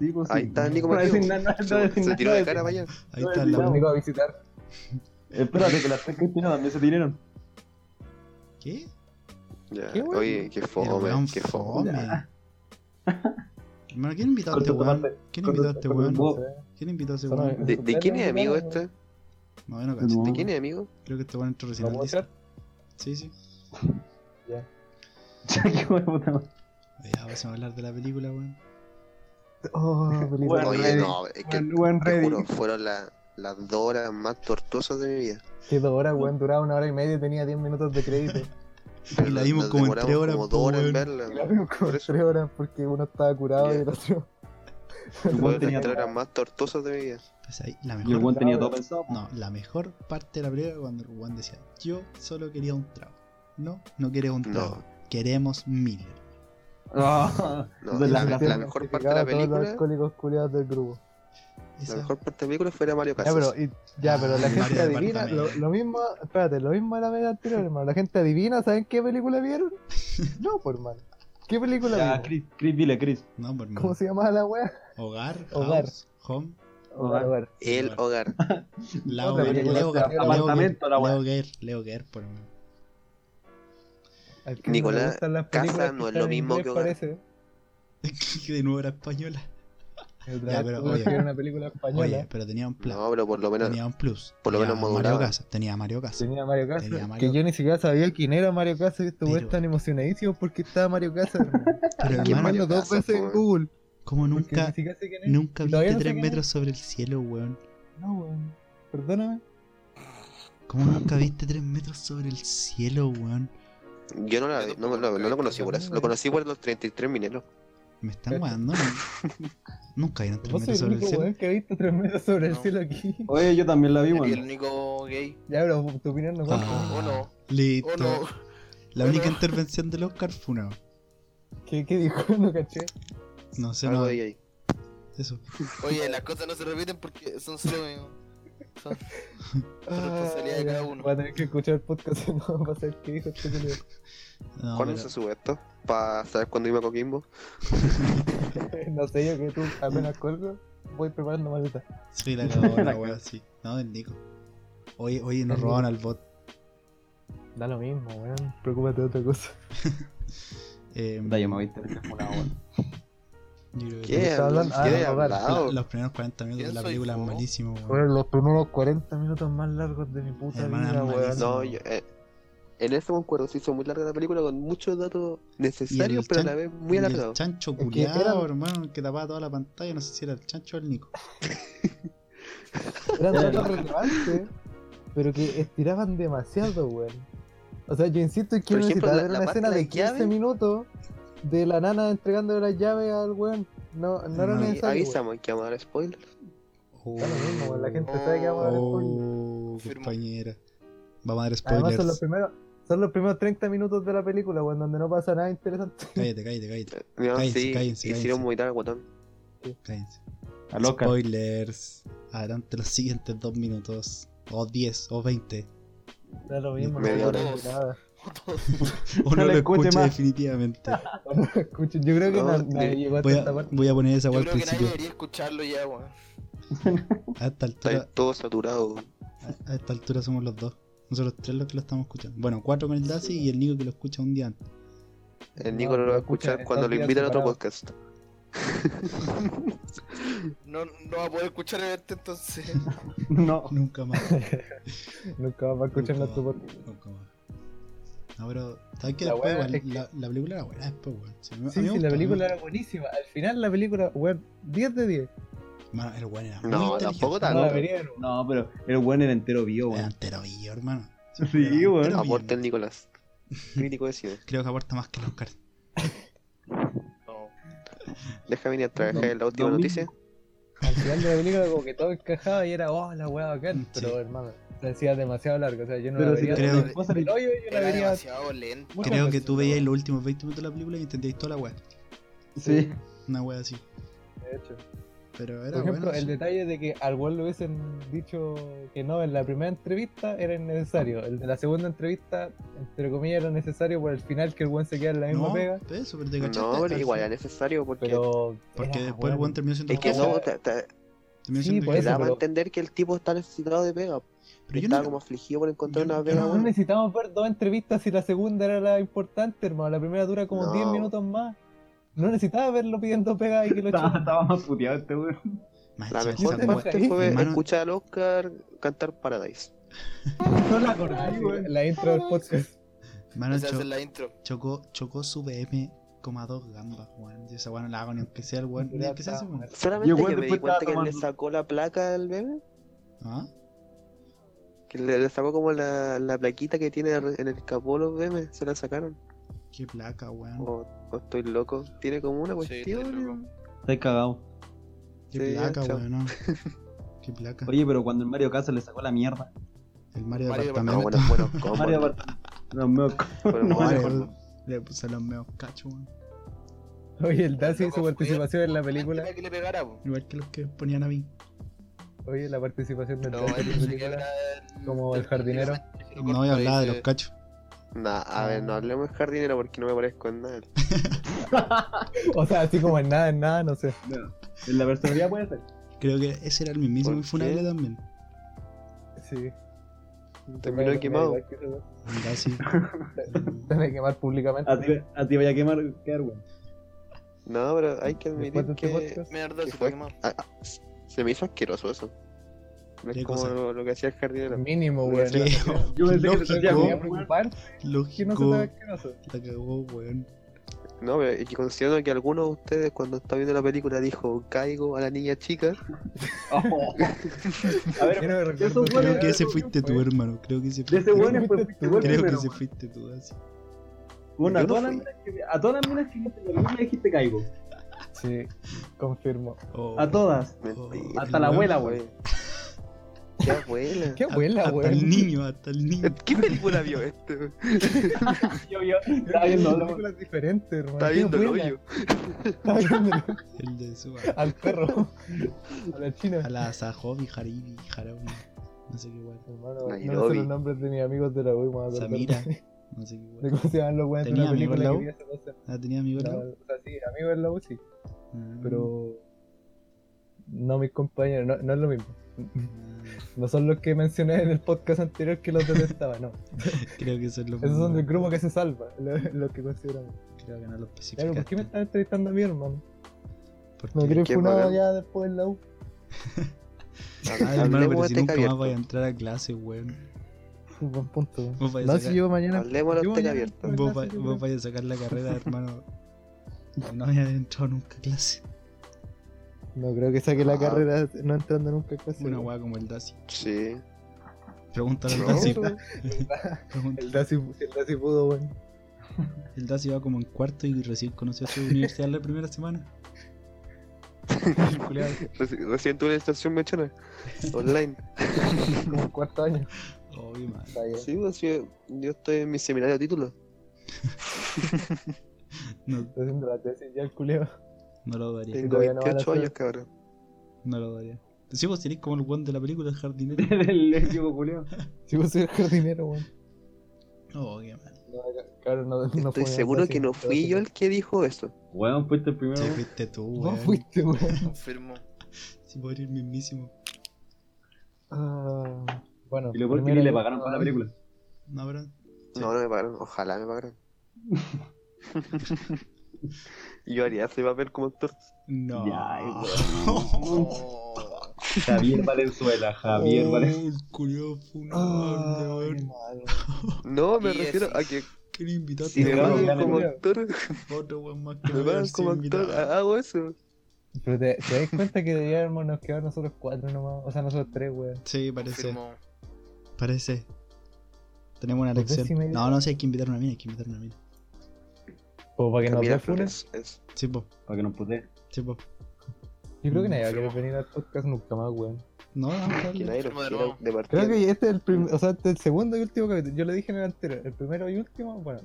F: Sí, pues. sí.
E: Ahí está Nico
F: No voy a decir
E: Mateo.
F: nada, no voy a
E: Se,
F: decir
E: se
F: nada,
E: tiró
F: no voy a
E: de
F: decir
E: cara
F: nada.
E: para allá.
B: Ahí
F: No,
B: está
F: sí,
C: Lo
B: la.
C: único a visitar.
F: Espérate, que las tres cristianas también se tiraron.
B: ¿Qué?
E: Ya,
C: Qué bueno.
E: Oye, qué
B: El weón
E: fome, qué fome.
B: Hermano, ¿quién invitó a
F: Corta
B: este
F: esta
B: weón?
F: parte.
B: ¿Quién
F: corta
B: invitó a
F: esta
B: este
F: parte.
B: weón?
F: Vos-
B: ¿Quién invitó a ese
C: Solo-
B: weón?
E: ¿De, de quién es amigo este?
B: No, yo no
F: No.
B: cacho.
E: ¿De quién es amigo?
B: Creo que este weón entró recién
C: ¿Lo
B: al
C: puedo
B: disco.
C: hacer?
B: Sí, sí.
F: Ya, qué weón, puta madre.
B: Ya, vamos a hablar de la película, weón.
C: Oh, feliz.
F: Bueno,
E: Oye,
F: Reddit.
E: no, es que
F: Buen- Buen
E: te
F: ready.
E: juro, fueron la- las dos horas más tortuosas de mi vida.
C: Qué dos horas, weón. Duraba una hora y media y tenía 10 minutos de crédito.
E: Pero
B: la
E: nos-
B: vimos
E: nos
B: como en
E: demoramos
B: tres horas, pues,
E: como
B: po,
E: dos horas en
B: weón.
C: Y la
E: verla.
C: vimos como
E: Por eso.
C: 3 horas porque uno estaba curado y el otro.
E: Fueron
F: tenía-
E: las tres horas más tortuosas de mi vida.
B: Pues ahí, la
F: Y el
B: mejor
F: weón tenía todo pensado.
B: No, la mejor parte de la película era cuando el weón decía, yo solo quería un trago. No, no queremos un
E: No.
B: trago. Queremos mil.
F: Ah,
E: No,
F: entonces
E: la,
F: la-
C: [laughs]
F: la-
E: la- la mejor parte de
C: Justificaba
E: la
C: a Todos los
E: película,
C: alcohólicos culiados del grupo.
E: la
B: Esa-
E: mejor parte de la película fuera Mario
C: Ya,
E: Casas.
C: pero, y- ya, pero la
B: Ah,
C: gente
B: Mario
C: adivina, lo,
B: Departamento.
C: lo mismo, espérate, lo mismo a la vez anterior, hermano. La gente adivina, ¿saben qué película vieron? No, por hermano. ¿Qué película
F: Ya,
C: vieron?
F: Chris, Chris, dile, Chris.
B: No, por
C: ¿Cómo
B: hermano.
C: se llamaba la wea?
B: Hogar,
C: Hogar.
B: house, home,
F: Hogar.
C: Hogar.
E: El
B: [laughs]
E: hogar.
B: Leo
C: Otra
B: Guer,
C: película,
B: Leo Guer,
F: apartamento, la
B: Leo
F: weá.
B: Guer, Leo Guer, por mí.
C: Al que
E: Nicolás,
C: le gustan las
E: casa
C: películas
E: no es
C: están
E: lo
C: en
E: mismo
C: inglés,
E: que hogar.
C: parece.
B: Que [laughs] de nuevo era española.
C: El
B: Ya, pero,
C: Drácula,
B: oye.
C: que era una película española.
B: Oye, pero tenía un plus.
E: No, pero por lo menos.
B: tenía un plus.
E: por lo
B: Tenía
E: menos
B: Mario
E: modulaba.
B: Casas. Tenía Mario Casas.
C: Tenía Mario Casas,
B: Tenía Mario-
C: que yo ni siquiera sabía quién era Mario Casas y este estos
B: Pero-
C: weones están emocionadísimos porque estaba Mario Casas. hermano.
B: Pero
E: ¿Quién
B: hermano,
E: Mario
C: Mando dos
E: Casas,
C: veces
E: po,
C: en
E: weón?
C: Google.
B: como
C: porque
B: nunca,
C: ni siquiera sé quién es.
B: nunca
C: Y
B: viste
C: todavía no sé
B: 3
C: quién es.
B: metros sobre el cielo, weón.
C: No, weón. Perdóname.
B: Como nunca viste 3 metros sobre el cielo, weón.
E: Yo no, la,
A: Yo
E: no,
A: tampoco
E: no- no lo conocí por eso. Lo conocí por los 33 mineros.
B: Me están
C: Cacha.
B: weando. ¿no? nunca vieron 3
C: [laughs] Vos
B: metros
C: sois el
B: sobre el
C: único
B: cielo.
C: weón que ha visto tres metros sobre el
A: No.
C: cielo aquí. [laughs]
F: Oye, yo también la vi,
A: Y el
F: weón.
A: único gay.
C: Ya, pero tu opinión no cuenta.
B: Ah,
A: O no. O
B: Listo.
A: no.
B: La
A: o
B: única
A: no.
B: intervención del Oscar fue una.
C: ¿Qué, ¿Qué dijo? [laughs] No caché.
B: No
A: Ah,
B: sé,
E: Algo
B: no.
E: de ahí.
B: Eso.
A: Oye, las cosas no se repiten porque son solo míos. Son... responsabilidad de
C: Ah, ya.
A: cada uno.
C: Voy a tener que escuchar el podcast [laughs] y no va a saber qué dijo este culiao.
B: No,
E: ¿Cuándo
B: pero-
E: se sube esto? Para saber cuándo iba a Coquimbo.
C: [laughs] No sé yo que tú [laughs] apenas cuelgo, voy preparando maleta.
A: [laughs]
B: Sí, la cagó la weá, sí. No, el Nico. Hoy, hoy nos
C: El
B: robaron al bot.
C: Da lo mismo, weón. Preocúpate de otra cosa.
B: Eh,
F: Puta, yo me voy a tener que poner, weón.
B: yo creo que
E: ¿Qué?
C: está hablando-
E: ¿Qué he
C: ah, hogar.
E: hablado?
B: Los primeros 40 minutos de
A: ¿Quién
B: la
A: soy
B: película es
A: yo?
B: malísimo, weón.
C: Fueron los primeros 40 minutos más largos de mi puta
B: Hermana,
C: vida,
B: malísimo.
C: weón.
E: No, yo, eh, en ese concuerdo se hizo muy larga la película con muchos datos
B: Y
E: necesarios,
B: el
E: pero a
B: chan-
E: la vez muy
B: Y el
E: alargados.
B: chancho
C: que
B: culiado,
C: eran-
B: hermano, que tapaba toda la pantalla. No sé si era el chancho o el Nico.
C: Eran
F: Ya,
C: datos
E: [laughs]
C: relevantes, pero que estiraban demasiado, weón. O sea, yo insisto en que
E: Por
C: no
E: ejemplo,
C: necesitaba
E: la-
C: ver
E: la
C: una
E: parte
C: escena
E: de
C: de
E: las
C: 15
E: llaves.
C: minutos de la nana entregándole las llaves al weón. No, no era
B: No, y
E: Y
C: necesario. weón.
E: avisamos que vamos a dar spoiler.
B: Oh,
C: Da lo mismo, weón, la gente sabe que vamos a dar spoiler.
B: oh,
A: spoiler.
B: compañera. Vamos a dar
C: Además son los
B: spoilers.
C: primeros, son los primeros 30 minutos de la película, weón, donde no pasa nada interesante.
B: Cállate, cállate, cállate.
E: Mi mamá
B: Cállense,
E: sí,
B: cállense,
E: hicieron
B: cállense.
E: vomitar al guatón.
B: cállate.
F: Al Oscar.
B: Spoilers. Adelante los siguientes dos minutos. O 10 o 20.
C: Da lo mismo, no
E: Media
C: pasa
A: hora.
C: nada. [laughs]
B: O no
F: lo
B: lo
F: escuche
B: escuche
F: más.
B: definitivamente.
C: Escucha, yo creo que
E: No,
C: na-
E: de-
C: nadie llegó hasta
B: Voy a,
C: esta parte.
B: voy a poner esa
A: Yo
B: weá al
A: creo que nadie
B: principio.
A: debería escucharlo ya, weón.
B: A esta
E: Está
B: altura,
E: todo saturado.
B: a esta altura somos los dos. Nosotros tres los que lo estamos escuchando. Bueno, cuatro con el Daci y el Nico que lo escucha un día antes.
E: El
C: No,
E: Nico no lo va a
C: escucha,
E: escuchar
C: está
E: cuando lo
C: bien
E: inviten a otro
C: separado.
E: podcast.
A: No, no va a poder escuchar el arte entonces.
F: [laughs]
C: [laughs]
F: No.
B: Nunca más.
C: Nunca va a escuchar
B: Nunca
C: nuestro
B: más.
C: podcast.
B: Nunca más. No, pero. ¿Sabes qué?
C: La
B: Después,
C: weá
B: igual,
C: es que-
B: la, la película era buena después, weón. Sí, a mí me
C: Sí, sí,
B: gustó,
C: la
B: a mí me
C: película
B: gustó.
C: era buenísima. Al final la película, weón, 10 de 10.
B: Mano, el weón era muy
E: No,
B: inteligente.
E: tampoco
C: No
E: tan.
C: la vería de nuevo.
F: No, pero el weón era entero vivo,
B: Era
F: weón.
B: enterovillo, hermano.
F: Sí,
B: era
F: weón.
B: enterovillo.
E: Aporta el Nicolás. Crítico de cine.
B: Creo que aporta más que el Oscar.
A: No.
E: Déjame ir a trabajar
F: No,
E: en la última
F: no
E: noticia.
C: Al final de la película como que todo encajaba y era, oh, la weá bacán. Pero,
B: Sí.
C: hermano, se hacía demasiado largo. O sea, yo no
F: Pero
C: la
F: si
C: vería.
B: te-
C: Creo...
B: creo-
C: El hoyo yo la
A: Era
C: vería...
A: demasiado lento.
C: muchas
B: Creo que
C: veces,
B: tú
C: pero
B: veías los últimos 20 minutos de la película y entendías toda la weá.
F: Sí.
B: Una weá así.
C: de hecho.
B: Pero era
C: Por ejemplo,
B: bueno.
C: el
B: sí.
C: detalle de que al weón le hubiesen dicho que no en la primera entrevista era innecesario. El de la segunda entrevista, entre comillas, era necesario por el final que el weón se queda en la misma
B: No,
C: pega.
B: pero eso, pero te cachaste.
E: No,
B: hasta
E: pero
B: el
E: igual
B: fin.
E: era necesario porque.
C: Pero.
B: Porque
C: era,
B: después el weón terminó siendo
E: es que
C: Ojalá.
E: no,
B: abogado,
E: te, te-
B: terminó
C: Sí,
B: siendo
C: por
E: te
C: eso,
E: daba a
C: pero-
E: entender que el tipo está necesitado de pega.
B: Pero yo
E: estaba
B: no,
E: como afligido por encontrar
B: yo-
E: una
B: yo
E: pega.
B: no-
C: No
E: buena.
C: necesitamos ver dos entrevistas si la segunda era la importante, hermano. La primera dura como
E: No.
C: 10 minutos más. No necesitaba verlo pidiendo pega y que lo
F: [laughs] Estaba,
C: echaran.
F: estaba más puteado este weón.
B: Más
E: La
B: encima
E: mejor
B: esa
C: Yo
B: weá.
E: parte fue
B: Hermano-
E: escuchar al Oscar cantar Paradise.
F: No la
C: Sí,
F: acordé, weón.
C: La intro del podcast.
B: Mano,
A: Esa
B: cho-
A: es la intro.
B: chocó, chocó su BM como a dos gambas, weón. Yo esa weá no la hago ni aunque sea el weón. Ni
C: Ya
B: aunque sea ese
C: está.
B: weón.
E: Solamente
F: Yo,
E: que
F: weón,
E: me di
F: después
E: cuenta que
F: estaba
E: le
F: tomando-
E: sacó la placa al bebé.
B: ¿Ah?
E: Que le, le sacó como la, la plaquita que tiene en el capó los bebés. Se la sacaron.
B: Qué placa, weón.
E: O, o estoy loco. Tiene como una
A: Sí, estoy loco.
E: cuestión.
F: Estoy cagado.
B: Qué
E: Sí,
B: placa,
E: chao.
B: weón.
E: [laughs]
B: no. Qué placa.
F: Oye, pero cuando el Mario Casas le sacó la mierda.
B: el Mario
A: Mario
E: No,
B: Departamento.
E: Ah, bueno, bueno, ¿cómo?
F: Mario
E: Mario,
F: Bart- No, me
B: [laughs]
E: Bueno,
F: no,
E: Mario-
B: Mario, le puse los meos cachos, weón.
C: Oye, el Daci y
A: Loco,
C: su participación en la película.
A: Antes de que le pegara, po.
B: Igual que los que ponían a mí.
C: Oye, la participación del
A: No,
C: Daci en
A: él
C: la
A: se quebra
C: película. Como el jardinero.
B: No voy a hablar de los cachos.
E: Nah, a ver, no hablemos de jardinero porque no me parezco en nada.
C: O sea, así como en nada, en nada, no sé.
F: En la personalidad puede ser.
B: Creo que ese era el mismísimo
E: ¿Por
B: Infunable
E: qué?
B: también.
C: Sí.
E: Terminó quemado.
B: Mira,
F: [laughs]
B: sí.
C: Te van a quemar públicamente.
F: A ti, a ti vaya a quemar, quedar, weón.
E: No, pero hay que admitir
C: Después de este
E: que
C: podcast.
A: Mierda,
E: ¿Qué
A: se
E: fue?
A: fue quemado.
E: Ah, ah, se me hizo asqueroso eso. No
B: ¿Qué
E: es como
B: cosa?
E: lo, lo que hacía el jardín.
C: Mínimo, weón.
B: Sí.
F: Yo pensé
B: Lógico.
F: que se te
C: Debería
F: había weón.
C: preocuparte que no se
B: Lógico.
C: te asqueroso.
B: La cagó, weón.
E: No, pero y considerando que alguno de ustedes cuando está viendo la película dijo caigo a la niña chica,
F: Oh. A ver,
C: Quiero recordar-
F: Bueno,
B: Creo que ese
F: yo-
B: fuiste tú,
C: fue-
B: hermano. Creo que ese
F: de
B: fuiste
F: ese pues,
B: tú.
F: weón es
C: fuiste
F: fue-
C: tú.
F: fue el
B: Creo que
F: primero,
B: ese
F: weón.
B: fuiste tú. Así.
F: Bueno, a
E: Yo no
F: todas las
E: fui.
F: minas que- a todas las minas que viste en la luna dijiste caigo.
C: Sí, confirmo.
B: Oh,
F: A todas.
E: mentira.
F: Hasta la abuela, weón.
E: Oye, ¿Qué abuela?
C: Qué
B: a-
C: abuela,
B: hasta
C: weón.
B: el niño, hasta el
E: [laughs]
B: niño.
E: ¿Qué película vio este? weón?
F: Yo, yo, estaba
C: Está
F: viendo,
C: viendo
F: lo- [laughs]
C: películas diferentes, hermano.
E: Está
C: Qué
E: viendo el
C: abuela.
E: hoyo.
C: Está viendo
B: El de su.
C: al perro. A la china.
B: A la Sajobi, Haribi, Harabi. No sé qué
C: [laughs]
B: weón.
C: Hermano, no sé
E: Nairobi.
C: los nombres de mis amigos de la U, me voy a acordar
B: Samira. No sé qué
C: De [laughs]
B: weón.
C: cómo se llaman los weones de
B: ¿Tenía
C: una
B: amigos
C: película que
B: en
C: vi
B: la
C: hace dos
B: Ah, tenía amigos
C: semanas.
B: lado.
C: O sea, sí, amigos en la U, sí.
B: Ah,
C: Pero. No, mis compañeros, no, no es lo mismo.
B: ah,
C: No son los que mencioné en el podcast anterior que los detestaba, no.
B: Creo que son los
C: Esos son del
B: mismos.
C: grupo que se salva, lo- los que consideramos.
B: Creo que no lo
C: Claro, ¿por qué
B: especificaste.
C: me están entrevistando a mí, hermano?
B: Porque-
C: Me creo
E: Qué
C: funado
E: bacán.
C: ya después en la U.
B: Ah, hermano, pero
E: Hablemos
B: si
E: de
B: nunca
E: teca
B: más vaya a
E: abierta.
B: entrar a clase, weón.
C: Un buen punto. weón.
B: Vos vais a
C: No,
B: sacar-
C: si yo mañana.
E: Hablemos de
C: yo
E: teca
C: mañana-
E: abierta.
B: Vos,
C: clase,
B: va-
C: yo
B: vos
C: creo.
B: vais a sacar la carrera, hermano. No había entrado nunca a clase.
C: No creo que saque la
E: Ah.
C: carrera no entrando nunca a clase.
B: Una
C: weón.
B: weá como el Daci.
E: Sí.
B: Pregúntale al
E: No.
B: Daci.
C: Eso,
B: Pregunta-
C: El Daci, el Daci pudo, weón.
B: El Daci va como en cuarto y recién conoció su universidad la primera semana. El culiao.
E: Reci- recién tuve la estación
C: [laughs]
E: mechona. Online.
C: Como en cuarto año.
B: Oh, mi madre.
C: Está bien.
E: Sí, pues, yo, yo estoy en mi seminario de títulos.
B: No,
C: Está haciendo la tesis ya el culeo. [laughs]
B: no lo daría.
E: Tengo
C: todavía no va a la
E: 28 años,
C: ciudad.
E: cabrón.
B: No lo daría. Si vos tenés como el weón de la película, el jardinero.
F: [laughs] del equipo culeo.
C: Si vos soy el jardinero, weón.
B: Oh, qué mal.
C: No, claro, no, no fue
E: Estoy
C: el
E: seguro
C: Daci,
E: que no
C: te voy a
E: fui yo
C: decir.
E: el que dijo eso.
F: Weón, fuiste el primero.
B: Te
F: weón.
B: fuiste tú,
C: No
B: weón.
C: fuiste, weón.
A: Confirmo.
B: Si puedo ir mismísimo.
C: Ah, bueno,
F: Y lo peor es que ni
C: primero- ah,
F: le pagaron para la película.
B: No, pero. Sí.
E: No, no me pagaron. Ojalá me
C: [laughs]
E: pagaran. yo haría ese papel como actor.
B: No. [laughs]
F: Ya,
B: Uh,
F: weón.
A: Oh,
F: Javier Valenzuela, Javier
B: Oh,
F: Valenzuela.
B: el culiao funable,
C: Ah,
B: weón.
C: qué malo.
E: No, me
A: Y
E: refiero
A: eso.
E: a que
B: Quiero invitarte
E: si
F: te
E: me
B: a
F: pagan
B: otro-
E: pagan
F: ganan,
E: como
C: mira.
E: actor, [laughs]
B: otro weón más que
E: me
B: voy a
E: pagan
B: ver si
E: como actor, ah,
B: invitado.
E: ha- hago eso.
C: Pero te, te das cuenta que deberíamos nos quedar nosotros cuatro nomás, o sea, nosotros tres, weón.
E: ah.
B: Sí, parece.
A: confirmo.
B: Parece. Tenemos una
C: Pues
B: elección.
C: décima idea.
B: No, no, sí, hay que invitar a una mina, hay que invitar a una mina.
C: Pues para que
E: Camila
C: nos defunen.
E: Flores, es-
B: Sí, po,
F: Para que nos pute.
B: sí, po.
C: Yo creo que nadie va a querer venir al podcast nunca más, weón.
B: No, no,
E: que
B: no.
E: nadie lo
A: Confirmo de
E: quiera
A: nuevo.
E: de partida.
C: Creo que este es el primer, o sea, este es el segundo y último capítulo. Yo lo dije en el anterior, el primero y último, bueno.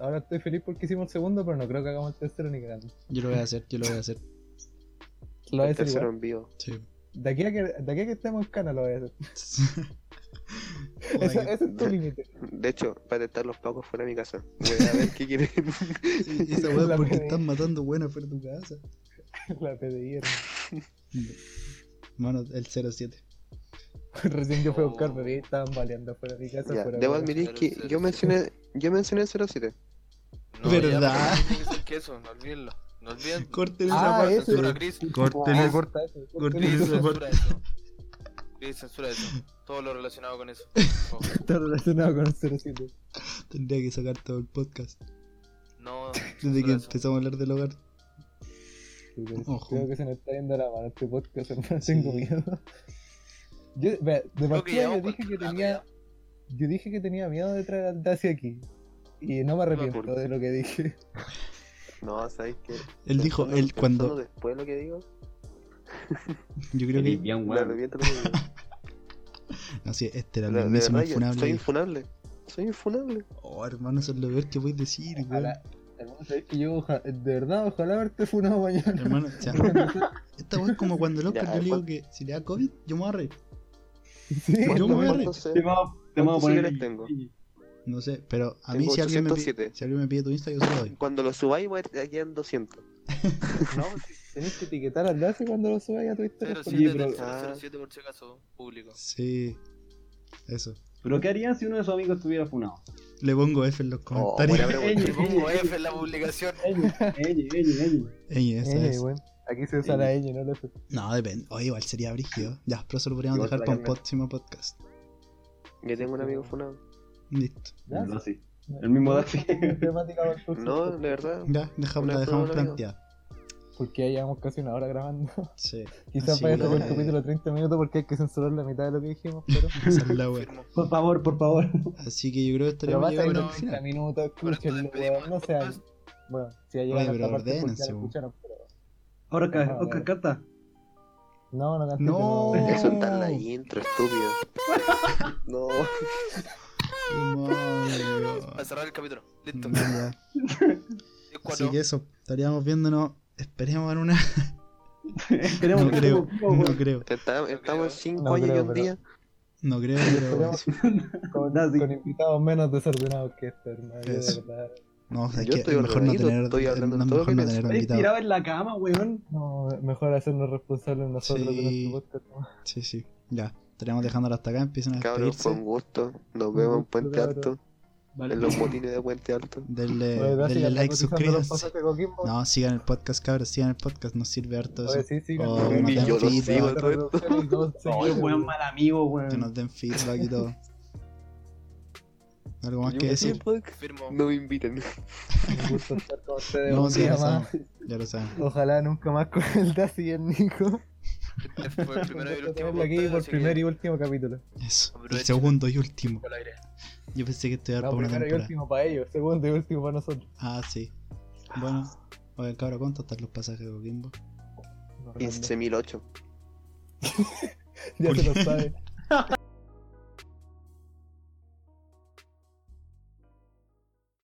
C: Ahora estoy feliz porque hicimos el segundo, pero no creo que hagamos el tercero ni cagando.
B: Yo lo voy a hacer, yo lo voy a hacer.
C: Lo voy a
E: El
C: hacer
E: tercero
C: igual.
E: en vivo.
B: Sí.
C: De aquí a que, de aquí a que estemos en cana lo voy a hacer.
B: Oye,
C: Eso, ese es tu límite. [laughs]
E: De hecho, para estar los pacos fuera de mi casa. Voy a ver qué quieren.
B: Esa weá
C: La
B: es porque
C: PDI.
B: están matando buena fuera de tu casa.
C: La PDI, hermano. [laughs]
B: Mano, el 07.
C: Recién yo fui a buscar
A: Oh.
C: bebé y estaban baleando fuera de mi casa.
E: Ya,
C: fuera
E: debo
C: de-
E: admitir que
A: Cero, cero,
E: yo mencioné, yo mencioné el 07.
A: No,
B: ¿Verdad?
A: ya, pero tiene que ser queso, no olvídenlo. No olviden.
B: Corten
C: esa
B: esa
C: Ah, parte. ese.
A: Censura, Chris.
B: Corten
C: Ah,
B: esa-
C: corta eso, corta
B: Corta
A: Chris,
C: eso.
A: censura eso. Chris, censura eso. Todo lo relacionado con eso. Ojo.
C: Está relacionado con el 07.
B: Tendría que sacar todo el podcast.
A: No.
B: Desde que
A: censura eso.
B: empezamos a hablar del hogar.
C: Sí, pero
B: Ojo.
C: Creo que se nos está yendo la mano este podcast, hermano.
B: Sí.
C: Tengo miedo. Yo, vea, de
A: Creo que
C: partida yo
A: llevamos
C: dije que
A: cuatro
C: tenía.
A: rato
C: Yo dije que tenía miedo de traer al Dacia aquí. Y no me arrepiento
E: acuerdo.
C: de lo que dije.
E: No, sabéis que.
B: Él dijo, él cuando.
E: Después de lo que digo,
B: Yo creo que.
F: Bien,
E: me
F: weón.
E: arrepiento de
B: [laughs]
E: lo que digo.
B: No, sí, este era
E: La-
B: el
E: de
B: mismísimo
E: verdad, yo
B: infunable.
E: Soy infunable. Soy infunable.
B: Oh, hermano, eso es lo peor que voy a decir, weón.
C: Ojalá. Hermano, sabes que [laughs] yo, oja- de verdad, ojalá haberte funado mañana. [laughs]
B: Hermano, o sea, esta weá es como cuando el Oscar
E: Ya,
B: yo le digo
E: ¿cuál?
B: que si le da COVID, yo me voy a reír.
C: Sí,
B: [laughs] Yo me voy a reír.
E: ¿Cuántos
F: Te vamos te vamos a
E: ¿Cuántos
F: poner.
E: seguidores tengo?
B: No sé, pero a mí
E: Tengo
B: si alguien, me pide,
E: 807.
B: si alguien me pide tu Insta, yo se lo doy.
E: Cuando lo subáis, voy a- aquí en 200.
C: No, pues, tenés que etiquetar al Lazo cuando lo subas a tu historia.
E: sí,
A: 07
C: pero-
A: del
E: ah.
A: 007 por si acaso, público.
B: Sí. Eso.
F: Pero ¿qué harían si uno de sus amigos estuviera funado?
B: Le pongo F en los
E: Oh, buena
B: comentarios.
E: pregunta.
A: Le pongo F en la publicación.
F: Ey, ey, ey, ey.
B: [laughs] Ey, esa
C: Ñ,
B: es.
C: eh, weón. Aquí se usa la ñ, no lo
B: No, depende. Oye, igual sería brígido. Ya, pero eso lo podríamos
F: Igual
B: dejar
F: la
B: para un
F: cambia.
B: próximo podcast.
E: Yo tengo un amigo funado.
B: Listo.
F: El
C: Ya.
F: Dossi. El
C: [laughs]
F: mismo Dossi.
C: Temática para el próximo.
E: No, de
B: [laughs]
E: verdad.
B: Ya, dejamos,
E: Una
B: la dejamos
E: prueba, amigo.
B: planteada.
C: pues, Porque ya llevamos casi una hora grabando. [laughs]
B: Ah, Sí.
C: Quizás
B: Así
C: para esto
B: que-
C: con el capítulo 30 minutos porque hay que censurar la mitad de lo que
B: [laughs]
C: dijimos, pero.
B: Esa es la wea.
A: Firmo.
F: Por favor,
B: [laughs]
F: por favor.
B: Así que yo creo que
C: Pero
B: estaríamos
C: basta de
B: llegando al
C: 90
B: final.
C: minutos,
A: Con esto
C: escúchenlo,
A: despedimos
C: weón. No
A: el
C: sean.
A: podcast.
C: Bueno, si ha llegado
B: Oye, pero
C: hasta parte porque ya
B: ordénense,
C: lo
B: weón.
C: escucharon, pero.
F: Ahora
C: ca- ahora ca-
F: canta. [laughs]
C: No, no canté.
B: No.
E: Hay que soltar la
B: [laughs]
E: intro, estúpido. No.
C: [laughs]
B: Madre mía.
A: Para cerrar el capítulo. Listo.
B: Ya.
A: Es cuatro.
B: Así que eso, estaríamos viéndonos. Esperemos en una.
F: Esperemos
B: No
F: que
B: creo,
C: pues,
F: estemos vivos, [laughs]
B: no creo,
E: Está-
A: creo, eh.
E: Estamos cinco
C: No
E: años
C: creo,
E: y un
C: pero-
E: día.
B: no
C: [laughs]
B: creo, pero.
C: Con,
F: Nazi.
C: con invitados menos desordenados que este, hermano. yo De
B: Eso.
C: verdad.
B: No, es
E: Yo
B: que
E: estoy
B: es mejor no
E: ordenadito,
B: tener.
E: estoy hablando
B: es
E: todo
B: mejor
E: lo
B: no tener
E: que pienso.
F: Estáis
B: invitado.
F: tirado en la cama, weón.
C: No, mejor hacernos responsables nosotros
B: Sí.
C: de nuestro podcast. ¿no?
B: Sí, sí, ya. Estaríamos dejándolo hasta acá, empiezan a
E: Cabrón, fue un
B: despedirse.
E: gusto. Nos
C: Un
E: vemos en
C: gusto,
E: Puente
C: cabrón.
E: Alto.
F: Vale.
E: En los motines de Puente Alto.
B: Denle,
C: Oye, Nazi,
B: Eh, denle
C: anda
B: like,
C: cotizando los
B: suscríbanse.
C: pasajes a Coquimbo.
B: No, sigan el podcast, cabros, sigan el podcast, nos sirve harto eso.
C: Oye, sí, sí,
B: Oh,
C: ganamos.
B: Y yo lo
C: Ganamos
B: sigo,
C: las
E: Roberto.
C: reproducciones, dos
F: Ay,
C: seguidas,
F: weón,
C: weón.
F: mal amigo,
B: Que
F: weón.
B: nos den feedback y
C: [laughs]
B: todo. ¿Algo más que decir?
A: Firmo.
E: No me inviten.
C: Un gusto estar con ustedes.
B: No,
C: un
B: sí,
C: día
B: lo
C: más.
B: Ya lo saben.
C: Ojalá nunca más con el Dazi y el Nico.
A: Este fue el primero y
C: [laughs]
A: el
C: Gusto
A: último.
C: tenerlo aquí
A: podcast,
C: por
A: así que-
C: primer y último capítulo.
B: Eso, el
A: Aprovechen.
B: segundo y último.
A: Al aire.
B: Yo pensé que esto iba a dar
C: No,
B: para una
C: primero y
B: temporada.
C: último para ellos, segundo y último para nosotros.
B: Ah, sí. Bueno, oye, cabrón, ¿cuánto están los pasajes de Coquimbo?
C: No,
E: 15.008.
C: Ya se lo sabe.